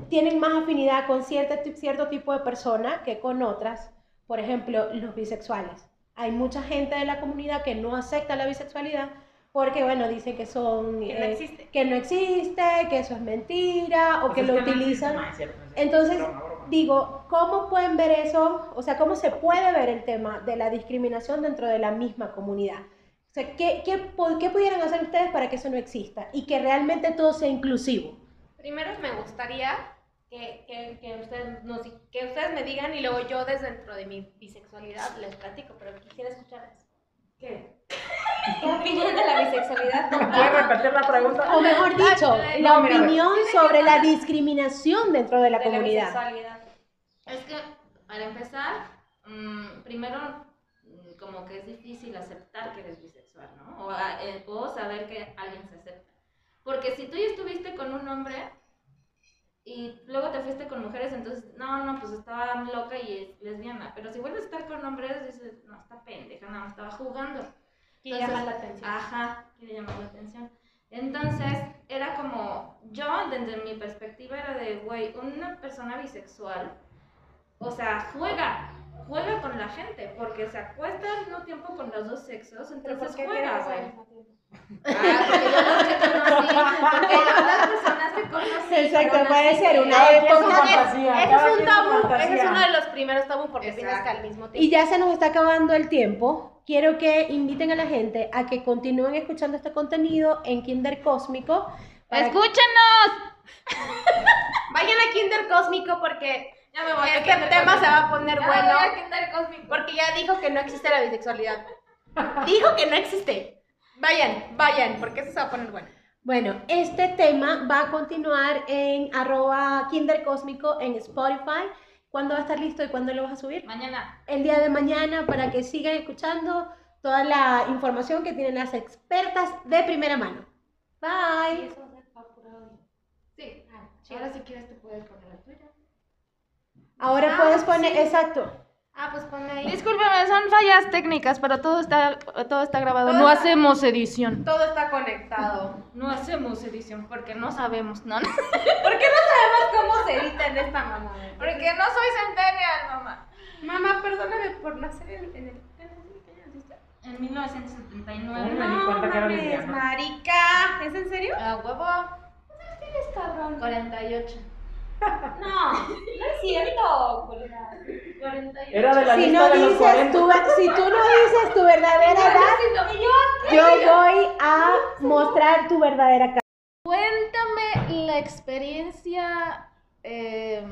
S8: tienen más afinidad con cierto, ti- cierto tipo de persona que con otras. Por ejemplo, los bisexuales. Hay mucha gente de la comunidad que no acepta la bisexualidad porque, bueno, dicen que son...
S7: Que no
S8: eh,
S7: existe.
S8: que no existe, que eso es mentira o
S6: Pues
S8: que
S6: es
S8: lo
S6: no existe-
S8: utilizan.
S6: no, es cierto, no es cierto.
S8: Entonces,
S6: Broma, broma.
S8: Digo, ¿cómo pueden ver eso? O sea, ¿cómo se puede ver el tema de la discriminación dentro de la misma comunidad? O sea, ¿qué, qué, po- qué pudieran hacer ustedes para que eso no exista y que realmente todo sea inclusivo?
S7: Primero me gustaría que, que- que ustedes nos, que ustedes me digan y luego yo desde dentro de mi bisexualidad les platico, pero quisiera escucharles.
S5: ¿Qué?
S7: ¿Qué opinan de la bisexualidad?
S6: ¿Puedes repetir la pregunta?
S8: O mejor dicho,
S7: Ay,
S8: la
S6: no, mira, a ver.
S8: opinión sobre la discriminación dentro de la
S7: De
S8: comunidad.
S7: bisexualidad.
S5: Es que, para empezar, mm, primero, mm, como que es difícil aceptar que eres bisexual, ¿no? O, a- eh, o saber que alguien se acepta. Porque si tú ya estuviste con un hombre y luego te fuiste con mujeres, entonces, no, no, pues estaba loca y es lesbiana. Pero si vuelves a estar con hombres, dices, no, está pendeja, no, estaba jugando.
S7: Que llama la
S5: Entonces,
S7: atención.
S5: Ajá, quiere llamar la atención. Entonces, era como, yo desde mi perspectiva era de, güey, una persona bisexual, o sea, juega, juega con la gente, porque se acuesta al mismo tiempo con los dos sexos,
S7: ¿Pero por
S5: entonces
S7: qué
S5: juega,
S7: tienes
S5: güey.
S7: al mismo tiempo?
S5: Ah, porque yo los que conocí, porque yo las personas que conocí.
S8: Exacto,
S5: fueron
S8: puede
S5: así
S8: ser
S5: de-
S8: una época.
S6: fantasía.
S7: Ese
S6: cada
S7: es un
S6: quien su
S7: tabú,
S6: fantasía.
S7: ese es uno de los primeros tabú porque opinas
S5: Exacto.
S7: que al mismo tiempo.
S8: Y ya se nos está acabando el tiempo. Quiero que inviten a la gente a que continúen escuchando este contenido en Kinder Cósmico. para que-
S7: Vayan a Kinder Cósmico porque
S5: Ya me voy a
S7: este
S5: Kinder
S7: tema se
S5: Cósmico.
S7: va a poner
S5: Ya me
S7: bueno.
S5: voy a Kinder Cósmico.
S7: Porque ya dijo que no existe la bisexualidad. Dijo que no existe. Vayan, vayan, porque eso se va a poner bueno.
S8: Bueno, este tema va a continuar en arroba kindercósmico en Spotify. ¿Cuándo va a estar listo y cuándo lo vas a subir?
S5: Mañana.
S8: El día de mañana para que sigan escuchando toda la información que tienen las expertas de primera mano. Bye.
S5: Sí.
S7: Ah,
S5: Ahora si quieres te puedes poner la tuya.
S8: Ahora
S7: Ah,
S8: puedes poner,
S7: sí.
S8: exacto.
S7: Ah, pues ponme ahí.
S9: Discúlpame, son fallas técnicas, pero todo está, todo está grabado.
S7: Todo
S9: No
S7: está-
S9: hacemos edición.
S7: Todo está conectado.
S9: No hacemos edición porque no sabemos, ¿no?
S7: ¿Por qué no sabemos cómo se edita en esta mamá?
S9: Porque no soy centennial, mamá.
S7: Mamá, perdóname por no hacer el... en el-
S5: En 1979.
S6: me di
S7: No
S6: cuenta que era
S7: mames,
S6: lesbiana.
S7: marica. ¿Es en serio?
S5: A huevo.
S7: Eres cabrón.
S5: 48.
S7: No, no es cierto, colega.
S5: 48.
S6: Era de la
S8: Si
S6: lista
S8: no
S6: de los
S8: dices
S6: 40.
S8: tu, si tú no dices tu verdadera edad, yo voy a mostrar tu verdadera cara.
S9: Cuéntame la experiencia eh,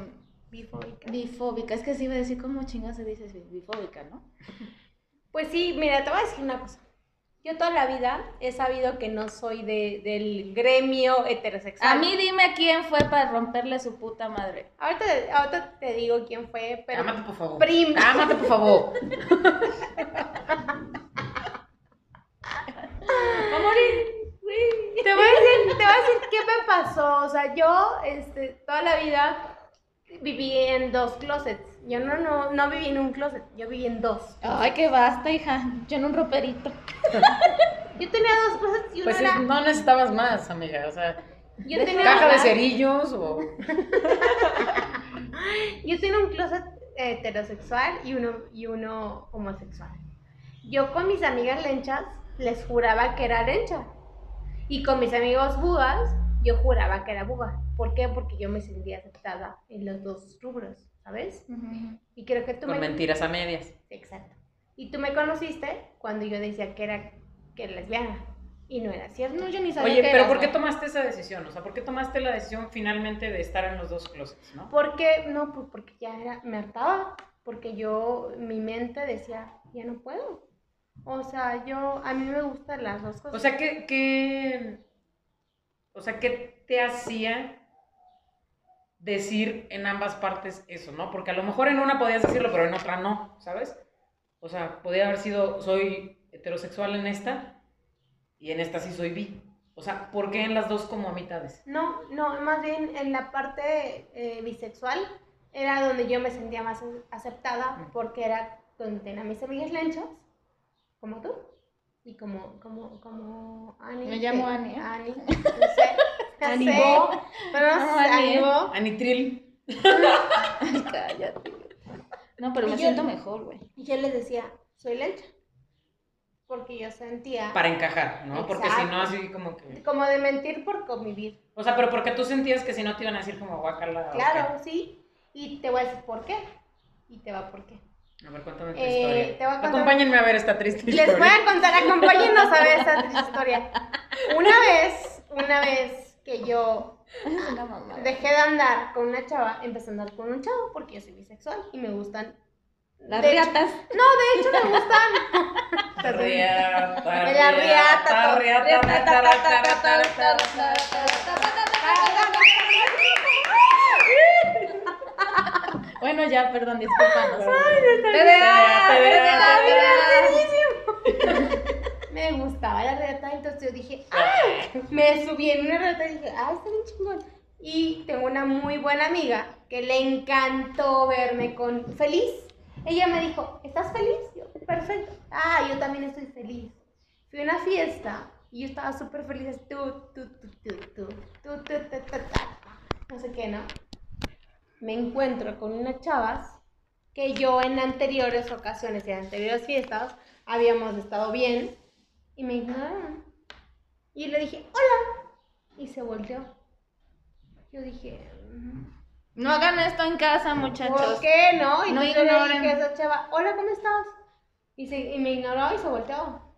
S9: bifóbica. Es que sí iba a decir cómo chingas se dice bifóbica, ¿no?
S7: Pues sí, mira, te voy a decir una cosa. Yo toda la vida he sabido que no soy de- del gremio
S8: Ah.
S7: heterosexual.
S9: A mí dime quién fue para romperle su puta madre.
S7: Ahorita, ahorita te digo quién fue, pero...
S6: Ámate, por favor.
S7: Prim-
S6: Ámate, por favor.
S7: Va a morir. Te voy a decir, te voy a decir qué me pasó. O sea, yo este, toda la vida viví en dos closets. Yo no, no, no viví en un closet, yo viví en dos.
S9: Ay, que basta, hija. Yo en un roperito.
S7: Yo tenía dos closets y uno
S6: Pues es-
S7: era...
S6: no necesitabas más, amiga. O sea,
S7: Yo tenía,
S6: caja de cerillos o.
S7: yo tenía un closet heterosexual y uno, y uno homosexual. Yo con mis amigas lenchas les juraba que era lencha. Y con mis amigos bugas, yo juraba que era buga. ¿Por qué? Porque yo me sentía aceptada en los dos rubros, ¿sabes? Y creo que tú
S6: Con
S7: me...
S6: mentiras a medias.
S7: Exacto. Y tú me conociste cuando yo decía que era que era lesbiana. Y no era cierto.
S9: No, yo ni sabía
S6: Oye,
S9: que
S6: pero
S9: eras,
S6: ¿por qué
S9: ¿no?
S6: tomaste esa decisión? O sea, ¿por qué tomaste la decisión finalmente de estar en los dos closets, no?
S7: Porque, no, pues porque ya era, me hartaba, porque yo, mi mente decía, ya no puedo. O sea, yo, a mí me gustan las dos cosas.
S6: O sea, ¿qué, qué- o sea, ¿qué te hacía decir en ambas partes eso, no? Porque a lo mejor en una podías decirlo, pero en otra no, ¿sabes? O sea, podía haber sido, soy heterosexual en esta y en esta sí soy bi. O sea, ¿por qué en las dos como a mitades?
S7: no, no, más bien en la parte eh, bisexual era donde yo me sentía más aceptada
S6: Mm.
S7: porque era donde tenía mis amigas lenchas, como tú, y como, como, como Ani.
S9: Me llamo
S7: que-
S9: Ani, ¿eh?
S7: Ani, no sé. no sé,
S8: Animó.
S7: Pero no
S9: No, ¿eh?
S7: sé,
S9: Ani.
S7: animó.
S6: Anitril.
S9: Ay, cállate. No, pero
S7: Y
S9: me
S7: yo-
S9: siento mejor, güey.
S7: Y yo les decía, soy lencha. Porque yo sentía
S6: Para encajar, ¿no? Porque si no,
S7: Exacto.
S6: así como que...
S7: como de mentir por convivir.
S6: O sea, pero porque tú sentías que si no te iban a decir como guacala. o
S7: Claro, sí. Y te voy a decir por qué. Y te va por qué.
S6: qué. A ver, cuéntame tu
S7: Eh,
S6: historia.
S7: te voy a contar-
S6: Acompáñenme a ver esta triste historia.
S7: Les voy a contar, acompáñenos a ver esa triste historia. Una vez, una vez que yo
S9: Es una mamá.
S7: dejé de andar con una chava, empecé a andar con un chavo porque yo soy bisexual y me gustan.
S9: Las
S7: de hecho-
S9: riatas.
S7: no, de hecho me gustan.
S6: Riata,
S7: De la riata,
S6: riata, riata, riata, riata, riata, riata.
S9: Bueno, ya, perdón, discúlpanos.
S6: TDA, TDA,
S7: Me gustaba la reta, entonces yo dije, me subí en una reta y dije, ah, está bien chingón. Y tengo una muy buena amiga que le encantó verme con feliz. Ella me dijo, ¿estás feliz? Yo, perfecto. Ah, yo también estoy feliz. Fui a una fiesta y yo estaba súper feliz. así, Tu, tu, tu, tu, tu, tu, tu, tu, tu, tu, No sé qué, ¿no? Me encuentro con unas chavas que yo en anteriores ocasiones y en anteriores fiestas habíamos estado bien y me ignoraron. Y le dije, hola. Y se volteó. Yo dije, mm,
S9: No hagan esto en casa,
S7: ¿por
S9: muchachos.
S7: qué no? Y
S9: No
S7: entonces yo le
S9: ignoren.
S7: dije a esa chava, hola, ¿cómo estás? Y, se, y me ignoró y se volteó.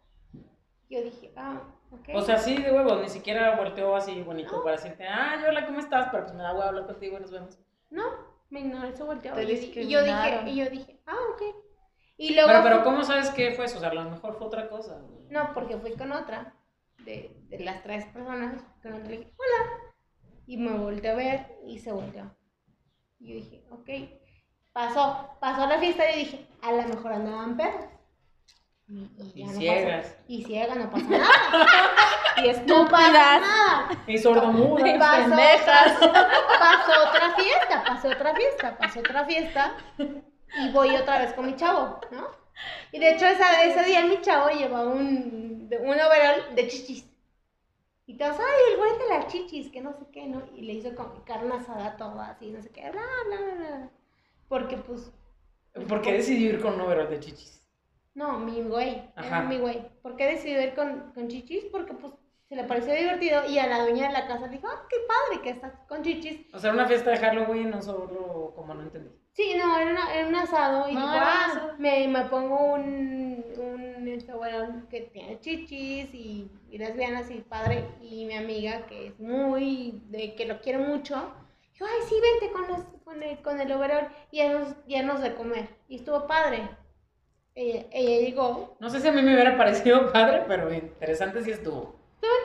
S7: Yo dije, ah, ok.
S6: O sea, sí, de huevos, ni siquiera volteó así bonito para decirte, ah, hola, ¿cómo estás? Pero pues me da huevo hablar contigo y nos vemos.
S7: no, me ignoró y se volteó.
S9: Te
S7: Y, y yo dije,
S9: discriminaron.
S7: y yo dije, ah, ok.
S8: Y luego.
S6: Pero, pero
S8: fui-
S6: ¿cómo sabes qué fue eso? O sea, a lo mejor fue otra cosa. güey.
S8: No, porque fui con otra. De, de las tres personas, con otra le dije, hola. Y me volteó a ver y se volteó. Y yo dije, ok. Pasó, pasó la fiesta y yo dije, a lo mejor andaban perros.
S6: Y
S8: Y, y ya no pasó.
S6: ciegas.
S8: Y ciega, no pasa nada. y estúpidas. No pasa nada.
S6: Y sordomuda.
S8: Pasó,
S5: pendejas.
S8: pasó otra fiesta, pasó otra fiesta, pasó otra fiesta. Y voy otra vez con mi chavo, ¿no? Y de hecho, esa- ese día mi chavo llevaba un, de- un overall de chichis. Y todos, ay, el güey de las chichis, que no sé qué, ¿no? Y le hizo como carne asada a todo así, no sé qué, bla, bla, bla, bla. Porque, pues,
S6: ¿Por qué decidió ir con un overall de chichis?
S8: no, mi güey, era
S6: Ajá.
S8: mi güey. ¿Por qué decidió ir con, con chichis? Porque, pues, se le pareció divertido y a la dueña de la casa dijo, ah, qué padre que estás con chichis.
S6: O sea, una fiesta de Halloween, no solo como no entendí.
S8: Sí, no, era, una- era un asado y
S5: No,
S8: digo,
S5: era un
S8: "Ah,
S5: asado".
S8: me, me pongo un, un este, bueno, que tiene chichis y, y lesbianas y padre y mi amiga que es muy, de, que lo quiero mucho, dijo, ay sí, vente con, los, con, el, con el overall y ya nos, ya nos de comer y estuvo padre. Ella, ella llegó,
S6: No sé si a mí me hubiera parecido padre, pero interesante sí estuvo.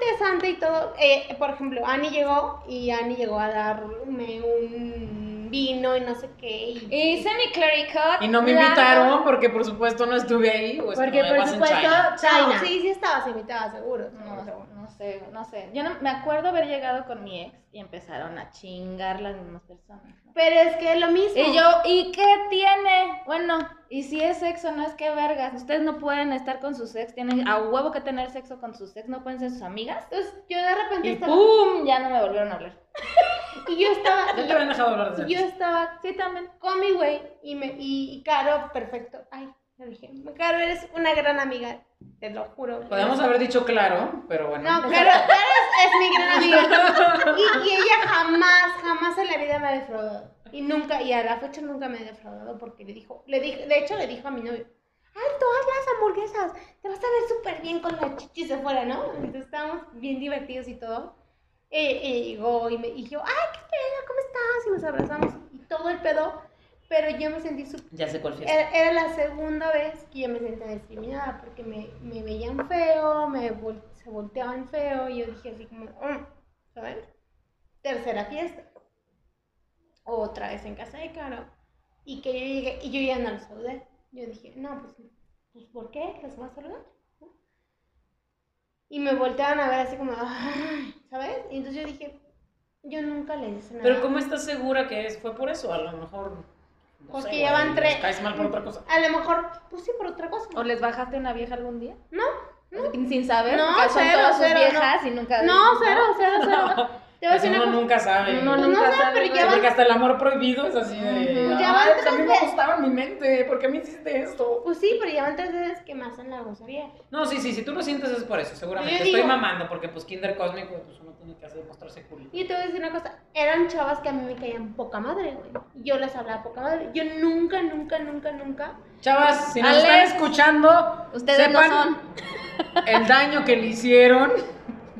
S8: interesante y todo, eh, por ejemplo, Ani llegó y Ani llegó a darme un vino y no sé qué. y-
S5: Hice mi clericot.
S6: Y no me invitaron porque, por supuesto, no estuve ahí.
S5: Pues,
S6: O
S7: Porque,
S6: estuve
S7: por
S6: más en
S7: supuesto,
S6: China.
S7: China.
S8: Sí, sí estabas invitada, seguro.
S5: No,
S8: seguro, seguro.
S5: pues, no sé, no sé. Yo no, me acuerdo haber llegado con mi ex y empezaron a chingar las mismas personas. ¿no?
S8: Pero es que es lo mismo.
S5: Y yo, ¿y qué tiene? Bueno, y si es sexo, no es que vergas. Ustedes no pueden estar con sus ex, tienen a huevo que tener sexo con sus ex, no pueden ser sus amigas.
S8: Entonces, yo de repente
S5: Y
S8: estaba.
S5: ¡pum! Ya no me volvieron a hablar.
S8: Y yo estaba.
S6: No
S8: y
S6: te
S8: yo,
S6: habían dejado hablar de
S8: y yo
S6: eso.
S8: estaba
S5: Sí, también.
S8: con mi güey y, me, y, y Caro, perfecto. Ay, le dije, Caro, eres una gran amiga. Te lo juro.
S6: Podemos haber dicho claro, pero bueno.
S8: No, pues, Caro, Caro es, es mi gran amiga. Y, y ella jamás, jamás en la vida me ha defraudado. Y nunca, y a la fecha nunca me ha defraudado porque le dijo, le dije, de hecho le dijo a mi novio, ay, todas las hamburguesas, te vas a ver súper bien con las chichis de fuera, ¿no? Entonces estábamos bien divertidos y todo. Eh, eh, llegó y me y yo, ay, qué pedo, ¿cómo estás? Y nos abrazamos y todo el pedo, pero yo me sentí súper
S6: Ya sé cuál fiesta.
S8: era, era la segunda vez que yo me sentía discriminada porque me, me veían feo, me vol- se volteaban feo y yo dije así como, "Mm", ¿saben? Tercera fiesta. Otra vez en casa de Caro. Y que yo llegué y yo ya no los saludé. Yo dije, no, pues, pues ¿por qué? ¿Los vas a saludar? ¿No? Y me volteaban a ver así como, "Ay", ¿sabes? Y entonces yo dije, yo nunca les hice nada.
S6: Pero ¿cómo estás segura que es? fue por eso? A lo mejor... no
S8: Porque
S6: sé,
S8: ya
S6: güey,
S8: van tres.
S6: les Caes mal por otra cosa.
S8: A lo mejor, pues sí, por otra cosa.
S5: ¿O les bajaste una vieja algún día?
S8: No,
S5: Sin sin saber,
S8: No,
S5: porque son
S8: cero,
S5: todas sus
S8: cero,
S5: viejas y nunca.
S8: No, cero, cero, cero. Te voy a
S6: Eso
S8: decir una
S6: uno
S8: cosa.
S6: nunca sabe.
S5: Uno
S8: Pues
S5: nunca
S8: no sé,
S5: sabe,
S8: pero
S5: ¿no?
S8: ya
S6: Porque
S8: van-
S6: hasta el amor prohibido es así de...
S8: Ujú. Ya van
S6: "Ay, pues a mí
S8: tres
S6: me
S8: veces".
S6: gustaba en mi mente. ¿Por qué me hiciste esto?
S8: Pues sí, pero ya van tres veces que me hacen la grosería.
S6: No, sí, sí, si tú lo sientes es por eso, seguramente.
S8: Yo
S6: Estoy
S8: digo-
S6: mamando porque pues Kinder Cósmico, pues uno tiene que hacer mostrarse cool.
S8: Y te voy a decir una cosa. Eran chavas que a mí me caían poca madre, güey. Yo les hablaba poca madre. Yo nunca, nunca, nunca, nunca.
S6: Chavas, si nos
S5: Alex.
S6: están escuchando,
S5: Ustedes
S6: sepan
S5: no son.
S6: el daño que le hicieron,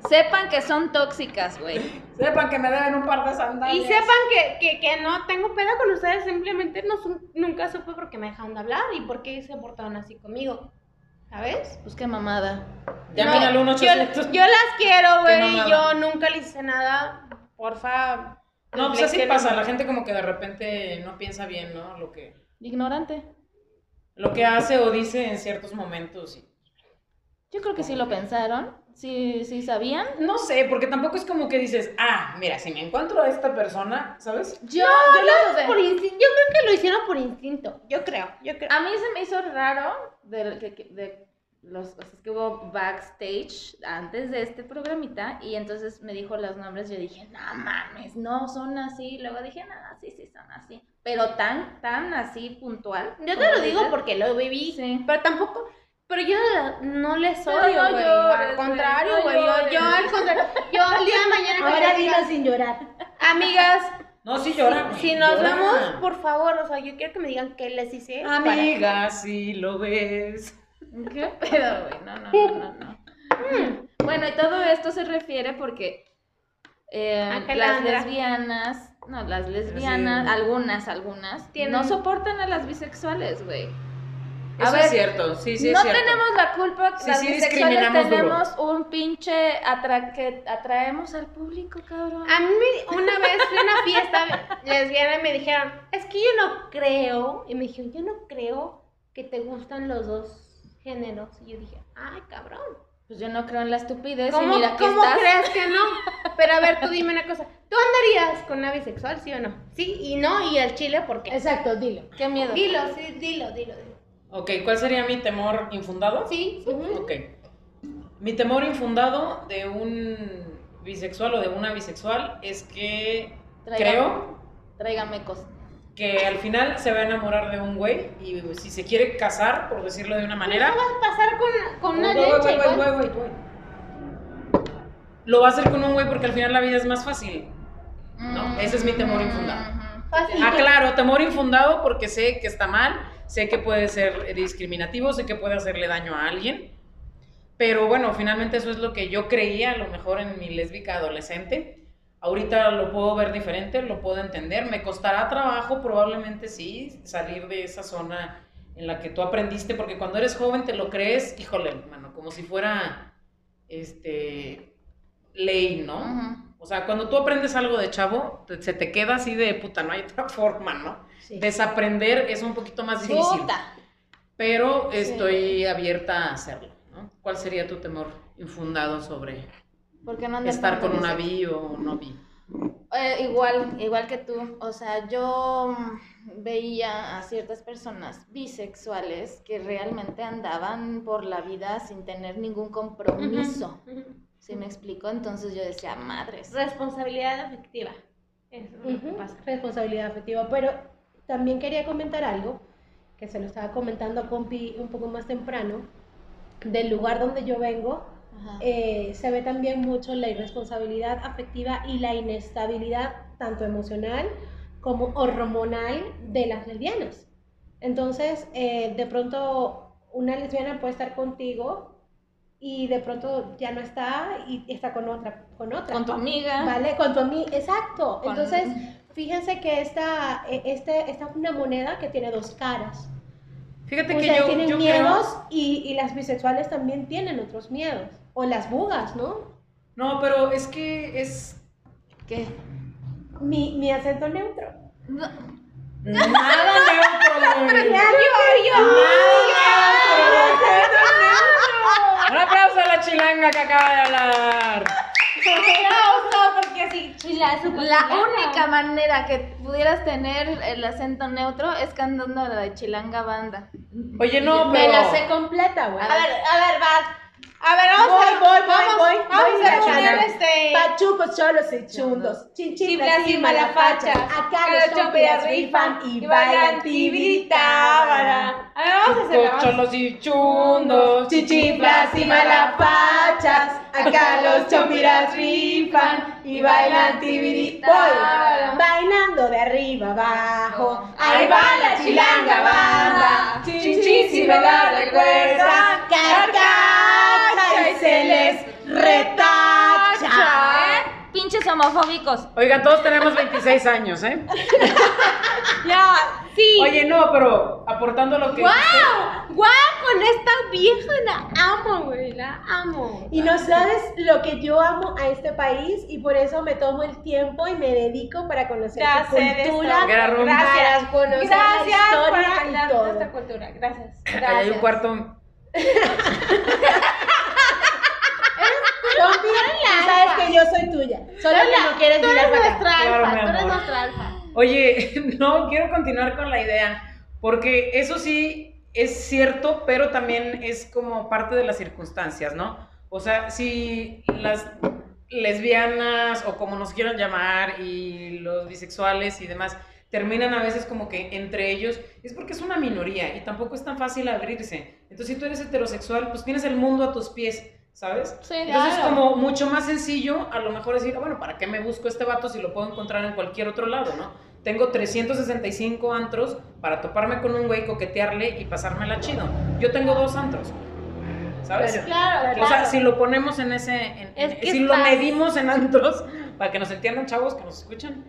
S5: Sepan que son tóxicas, güey.
S6: sepan que me deben un par de sandalias.
S8: Y sepan que, que, que no tengo pedo con ustedes. Simplemente no su- nunca supe por qué me dejaron de hablar y por qué se portaron así conmigo. ¿Sabes?
S5: Pues qué mamada.
S6: Llamen
S8: No,
S6: al 1
S8: Yo, yo las quiero, güey.
S6: mamada.
S8: y Yo nunca les hice nada. Porfa.
S6: No, pues así
S8: reflexionen.
S6: pasa, la gente como que de repente no piensa bien, ¿no? Lo que,
S5: Ignorante.
S6: lo que hace o dice en ciertos momentos. y-
S5: Yo creo que sí lo pensaron. Sí, sí sabían.
S6: No sé, porque tampoco es como que dices, ah, mira, si me encuentro a esta persona, ¿sabes?
S5: Yo, yo lo dudé.
S8: Por instinto. Yo creo que lo hicieron por instinto. Yo creo, yo creo.
S5: A mí se me hizo raro de, que- que- de los o sea, es que hubo backstage antes de este programita y entonces me dijo los nombres. Yo dije, no mames, no son así. Luego dije, no, sí, sí son así. Pero tan, tan así puntual.
S8: Yo te
S5: como
S8: lo digo
S5: dices.
S8: porque lo viví,
S5: Sí.
S8: pero tampoco, pero yo no- no les
S5: No,
S8: odio,
S5: no
S8: güey.
S5: llores,
S8: al
S5: güey,
S8: contrario,
S5: no
S8: güey. yo,
S5: llores.
S8: yo al contrario. Yo el día de mañana que
S7: Ahora
S8: me
S7: dilo
S8: digas,
S7: sin llorar.
S8: amigas,
S6: No, sí llora.
S8: si
S6: güey,
S8: nos
S6: llora. Ah,
S8: vemos, por favor, o sea, yo quiero que me digan qué les hice. para-
S6: Amiga, si lo ves.
S5: ¿Qué Mm. pedo, güey? No, no, no, no, no. Bueno, y todo esto se refiere porque eh,
S8: Ángela
S5: las
S8: Andrea.
S5: lesbianas, no, las lesbianas,
S6: Sí.
S5: algunas, algunas,
S8: Tienen-
S5: no soportan a las bisexuales, güey. A
S6: Eso
S5: ver,
S6: es cierto, sí, sí es
S5: no
S6: cierto.
S5: tenemos la culpa,
S6: Sí,
S5: las
S6: sí
S5: bisexuales
S6: discriminamos duro.
S5: tenemos un pinche atra- que atraemos al público, cabrón.
S7: A mí una vez en una fiesta lesbiana me dijeron, es que yo no creo, y me dijeron, yo no creo que te gustan los dos géneros. Y yo dije, ay, cabrón.
S5: Pues yo no creo en la estupidez y
S7: ¿Cómo,
S5: mira aquí
S7: cómo
S5: estás.
S7: crees que no? Pero a ver, tú dime una cosa. ¿Tú andarías con una bisexual, sí o no? Sí y no, y al chile, ¿por qué?
S8: Exacto, dilo.
S5: Qué miedo.
S7: Dilo, sí, dilo, dilo. dilo.
S6: Ok, ¿cuál sería mi temor infundado?
S7: Sí, sí.
S6: Ok. Mi temor infundado de un bisexual o de una bisexual es que
S5: Traiga-
S6: creo
S5: Tráigame cosas.
S6: que al final se va a enamorar de un güey y si se quiere casar, por decirlo de una manera,
S7: Pasar con, con una
S6: Güey, güey,
S7: leche
S6: güey,
S7: igual.
S6: güey, güey, güey. Lo va a hacer con un güey porque al final la vida es más fácil.
S5: Mm,
S6: No, ese es mi temor infundado.
S7: Fácil.
S6: Aclaro, temor infundado porque sé que está mal, sé que puede ser discriminativo, sé que puede hacerle daño a alguien. Pero bueno, finalmente eso es lo que yo creía, a lo mejor en mi lésbica adolescente. Ahorita lo puedo ver diferente, lo puedo entender. Me costará trabajo, probablemente sí, salir de esa zona en la que tú aprendiste, porque cuando eres joven te lo crees, híjole, hermano, como si fuera este ley, ¿no?
S5: Ujú.
S6: O sea, cuando tú aprendes algo de chavo, te- se te queda así de puta, no hay otra forma, ¿no?
S8: Sí.
S6: Desaprender es un poquito más difícil.
S5: Puta.
S6: Pero estoy abierta a hacerlo, ¿no? ¿Cuál sería tu temor infundado sobre
S5: ¿Por qué no andas
S6: estar con una
S5: bisexual?
S6: bi o no bi?
S5: Eh, igual, igual que tú. O sea, yo mm, veía a ciertas personas bisexuales que realmente andaban por la vida sin tener ningún compromiso.
S7: Ujú.
S5: ¿Sí me explico? Entonces yo decía, madres.
S7: Responsabilidad afectiva. Eso es lo que
S8: Ujú,
S7: pasa.
S8: Responsabilidad afectiva. Pero también quería comentar algo que se lo estaba comentando a Compi un poco más temprano. Del lugar donde yo vengo,
S5: Ajá.
S8: eh, se ve también mucho la irresponsabilidad afectiva y la inestabilidad, tanto emocional como hormonal, de las lesbianas. Entonces, eh, de pronto, una lesbiana puede estar contigo y de pronto ya no está y está con otra. Con, otra.
S5: Con tu amiga.
S8: Vale, con tu amiga, exacto.
S5: Con-
S8: Entonces, fíjense que esta, e- este, esta es una moneda que tiene dos caras.
S6: Fíjate que
S8: Ustedes
S6: yo,
S8: tienen
S6: yo
S8: miedos
S6: creo...
S8: y, y las bisexuales también tienen otros miedos. O las bugas, ¿no?
S6: No, pero es que es...
S5: ¿Qué?
S8: Mi, mi acento neutro.
S6: Nada neutro, güey. Nada neutro. Un aplauso a la chilanga que acaba de hablar.
S5: La única manera que pudieras tener el acento neutro es cantando la de Chilanga Banda.
S6: Oye, no, pero...
S8: Me la sé completa, güey.
S5: A
S7: A ver, a ver, vas. A ver, vamos
S8: Voy,
S7: a
S8: voy, voy,
S7: vamos,
S8: voy,
S7: vamos
S8: voy,
S7: a
S8: voy,
S7: poner
S8: voy.
S7: este
S8: Pachucos, cholos y chundos. Chinchiflas
S7: Chiflas y
S8: y malafachas.
S7: malafachas.
S8: Acá los chomperas rifan y bailan tibrita.
S7: A ver, vamos a hacerlo.
S6: Con
S7: vamos.
S6: cholos y chundos,
S8: Chichiflas y malapachas, acá los chompiras rifan y bailan tibirita. Voy bailando de arriba abajo, ahí va la chilanga banda, chinchín si me la recuerdan, carcacha y se les retacha.
S5: Pinches homofóbicos.
S6: Oigan, todos tenemos 26 años, ¿eh?
S7: Ya, sí.
S6: Oye, no, pero aportando lo que...
S7: ¡Guau! ¡Guau! Con esta vieja la amo, güey. La amo.
S8: Y no sabes lo que yo amo a este país y por eso me tomo el tiempo y me dedico para conocer
S7: Ya
S8: su
S7: sé de
S8: cultura,
S7: esto.
S6: Guerra rumba.
S8: para conocer
S7: Gracias
S8: la
S7: por
S8: historia y
S7: hablar de
S8: todo.
S7: nuestra cultura. Gracias.
S6: Acá hay un
S7: Gracias.
S6: cuarto...
S8: Compi, tú sabes que yo soy tuya. Solo que no quieres
S7: Tú eres
S8: mirar para
S7: nuestra
S8: acá.
S6: Claro,
S7: alfa.
S6: mi
S7: Tú eres
S6: amor.
S7: nuestra alfa.
S6: Oye, no, quiero continuar con la idea, porque eso sí es cierto, pero también es como parte de las circunstancias, ¿no? O sea, si las lesbianas o como nos quieran llamar y los bisexuales y demás terminan a veces como que entre ellos, es porque es una minoría y tampoco es tan fácil abrirse. Entonces, si tú eres heterosexual, pues tienes el mundo a tus pies, ¿sabes? Entonces es como mucho más sencillo a lo mejor decir, "Ah, bueno, ¿para qué me busco este vato si lo puedo encontrar en cualquier otro lado, no? Tengo 365 antros para toparme con un güey, coquetearle y pasármela chido. Yo tengo dos antros, ¿sabes?
S7: Claro,
S6: pues, O sea,
S7: claro.
S6: si lo ponemos en ese, en-
S7: Es
S6: en-
S7: que
S6: si lo
S7: estás-
S6: medimos en antros, para que nos entiendan chavos que nos escuchan,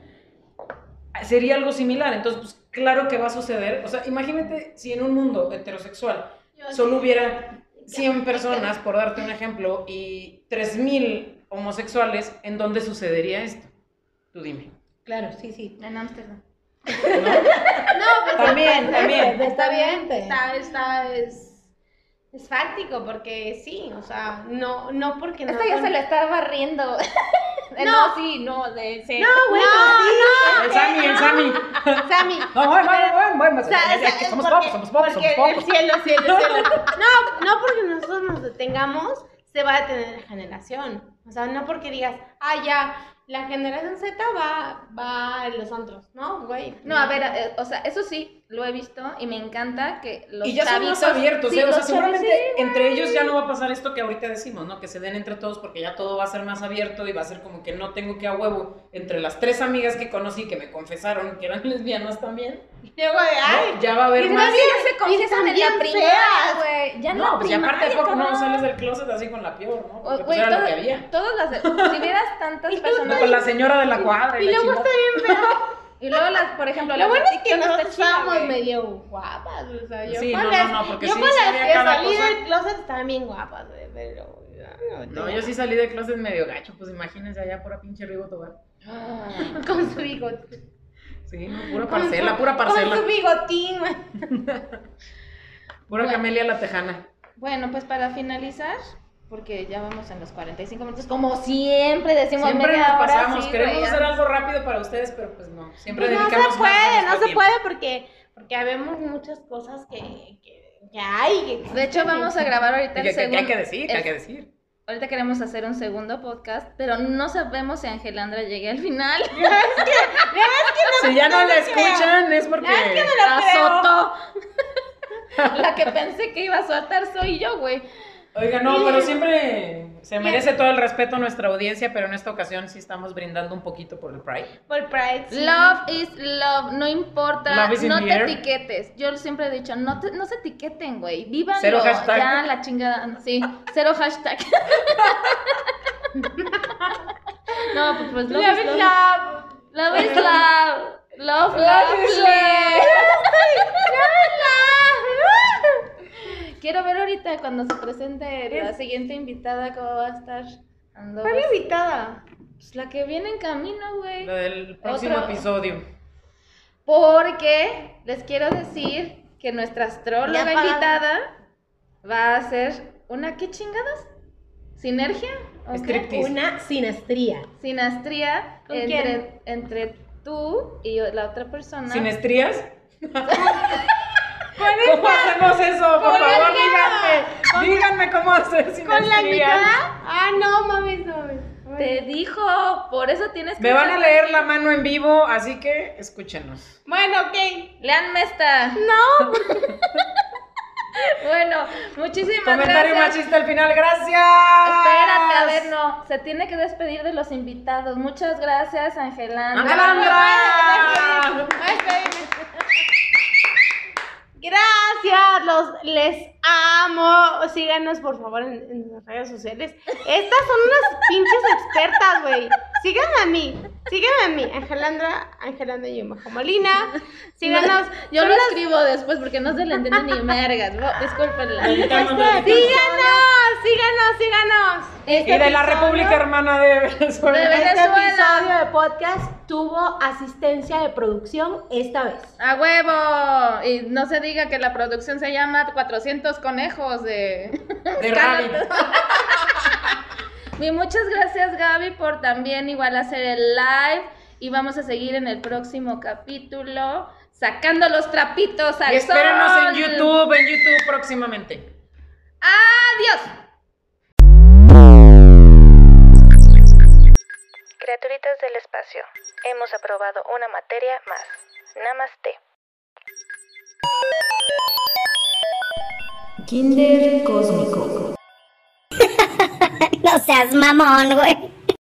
S6: sería algo similar. Entonces, pues, claro que va a suceder. O sea, imagínate si en un mundo heterosexual solo hubiera 100 personas, por darte un ejemplo, y 3.000 homosexuales, ¿en dónde sucedería esto? Tú dime.
S7: Claro, sí, sí.
S5: En Ámsterdam.
S8: No, pues
S6: También, también.
S7: Está bien. pues.
S8: está, está, es, es fáctico porque sí, o sea, no, no porque no.
S5: Esta ya se la está barriendo. Eh,
S8: No.
S5: No, sí, no, de ese.
S8: No, bueno, sí.
S6: El Sammy, el Sammy.
S8: No, Sammy.
S6: No, bueno, bueno, bueno, bueno.
S8: O sea,
S6: ya
S8: es-
S6: que
S8: es
S6: Somos
S8: porque-
S6: pocos, somos pocos,
S8: porque
S6: somos pocos.
S8: el cielo, cielo, cielo. No, no porque nosotros nos detengamos, se va a detener la generación. O sea, no porque digas, ah, ya, la generación Z va, va a los antros, ¿no, güey?
S5: No, a ver, eh, o sea, eso sí, lo he visto y me encanta que los
S6: Y ya son
S5: chavitos-
S6: más abiertos,
S5: Sí,
S6: ¿eh? o
S5: los
S6: sea,
S5: chavitos-
S6: seguramente
S5: sí, güey.
S6: entre ellos ya no va a pasar esto que ahorita decimos, ¿no? Que se den entre todos porque ya todo va a ser más abierto y va a ser como que no tengo que a huevo entre las tres amigas que conocí que me confesaron que eran lesbianas también.
S8: Y luego de, ay,
S6: ¿no? Ya va a haber
S5: Y
S6: más.
S5: más bien se confiesan en
S8: también
S5: la primaria,
S8: feas.
S5: güey. Ya en
S6: No,
S5: la
S6: pues ya aparte de
S5: primaria,
S6: poco no
S5: cabrón.
S6: sales del closet así con la peor, ¿no? Porque
S5: O-
S6: pues
S5: Güey,
S6: era lo
S5: todo-
S6: que había.
S5: todas las de- si vieras tantas personas
S6: Con la señora de la cuadra. Y,
S8: y
S6: la
S8: luego
S6: chingada.
S8: está bien feo.
S5: y luego las, por ejemplo,
S8: Lo
S5: las
S8: bueno es que
S5: no
S8: nosotros estábamos medio guapas, o sea, yo
S6: Sí,
S8: con
S6: no,
S8: las,
S6: no, no, porque
S8: yo
S6: sí,
S8: con
S6: sí
S8: las
S6: había
S8: que
S6: cada
S8: salí
S6: cosa.
S8: del closet estaban bien guapas, güey, pero... ya,
S6: No,
S8: tengo-
S6: yo sí salí de closet medio gacho, pues imagínense allá pura pinche Rigo Tobar.
S8: Con su bigote.
S6: Sí, no, pura
S8: Con
S6: parcela,
S8: su-
S6: pura parcela.
S8: Con su bigotín, güey.
S6: Pura Camelia la Tejana.
S5: Bueno, pues para finalizar, porque ya vamos en los 45 minutos, como siempre decimos
S6: Siempre nos
S5: media hora,
S6: pasamos,
S5: sí,
S6: queremos
S5: güey,
S6: hacer
S5: ya.
S6: algo rápido para ustedes, pero pues no, siempre
S8: Pues no se
S6: dedicamos más de
S8: puede, no
S6: nuestro
S8: se
S6: tiempo.
S8: puede porque, porque habemos muchas cosas que, que, que hay. que-
S5: De hecho, vamos a grabar
S6: Y
S5: ahorita
S6: que-
S5: el
S6: que- que hay
S5: segundo.
S6: que decir, que hay que decir.
S5: Ahorita queremos hacer un segundo podcast, pero no sabemos si Angelandra llegue al final.
S6: Si ya no la escuchan es porque
S5: ¡La azotó! La que pensé que iba a soltar soy yo, güey.
S6: Oiga, no, pero siempre se merece todo el respeto a nuestra audiencia, pero en esta ocasión sí estamos brindando un poquito por el Pride.
S8: Por Pride. sí.
S5: Love is love, no importa,
S6: Love is in
S5: no
S6: the
S5: te
S6: air.
S5: etiquetes. Yo siempre he dicho, no, te- no se etiqueten, güey. Vivan
S6: Cero hashtag.
S5: ya la chingada. Sí, cero hashtag. no, pues, pues love,
S8: Love
S5: is
S8: is
S5: love.
S8: love.
S5: Love is love. Love,
S6: is
S5: lovely.
S8: Love, love.
S5: Quiero ver ahorita cuando se presente la siguiente invitada cómo va a estar. Ando-
S8: Fue mi invitada.
S5: pues, la que viene en camino, güey.
S6: Lo del próximo
S5: Otro.
S6: episodio.
S5: Porque les quiero decir que nuestra
S8: Ya
S5: astróloga
S8: pagaron.
S5: invitada va a ser una qué chingadas? ¿Sinergia? ¿O qué?
S6: Striptease.
S7: Una sinastría.
S5: Sinastría
S8: ¿Con
S5: entre, entre tú y la otra persona.
S6: ¿Sin estrías? ¿Cómo hacemos eso? Por
S8: con la
S6: favor,
S8: ligada.
S6: díganme. Díganme cómo hacer sin
S8: ¿Con la
S6: estrías.
S8: invitada? Ah, no mames, no mames.
S5: Te dijo, por eso tienes que.
S6: Me van a leer la mano en vivo, así que escúchenos.
S8: Bueno, ok.
S5: Leanme esta. No. bueno, muchísimas
S6: Comentario
S5: gracias.
S6: machista al final, gracias.
S5: Espérate, a ver, no. Se tiene que despedir de los invitados. Muchas gracias, Angelana.
S6: ¡Angelandra!
S8: Gracias, los les amo. Síganos por favor en, en nuestras redes sociales. Estas son unas pinches expertas, güey. Síganme a mí, síganme a mí, Angelandra, Angelandra y Majo Molina. Síganos.
S5: Yo
S8: Son
S5: lo
S8: las-
S5: escribo después porque no se le entiende ni mergas. Bo- Discúlpenla.
S6: Síganos,
S8: Síganos, síganos, síganos.
S5: Este
S6: Y de la
S5: episodio-
S6: República Hermana de Venezuela.
S5: De
S7: Este
S5: Venezuela.
S7: episodio de podcast tuvo asistencia de producción esta vez.
S5: A huevo. Y no se diga que la producción se llama 400 conejos de...
S6: De Rabbit.
S5: Y muchas gracias Gaby por también igual hacer el live y vamos a seguir en el próximo capítulo sacando los trapitos al
S6: Y espérenos en
S5: sol.
S6: YouTube, en YouTube próximamente.
S5: Adiós.
S1: Criaturitas del espacio, hemos aprobado una materia más. Namaste.
S10: Kinder Cósmico.
S11: No seas mamón, güey.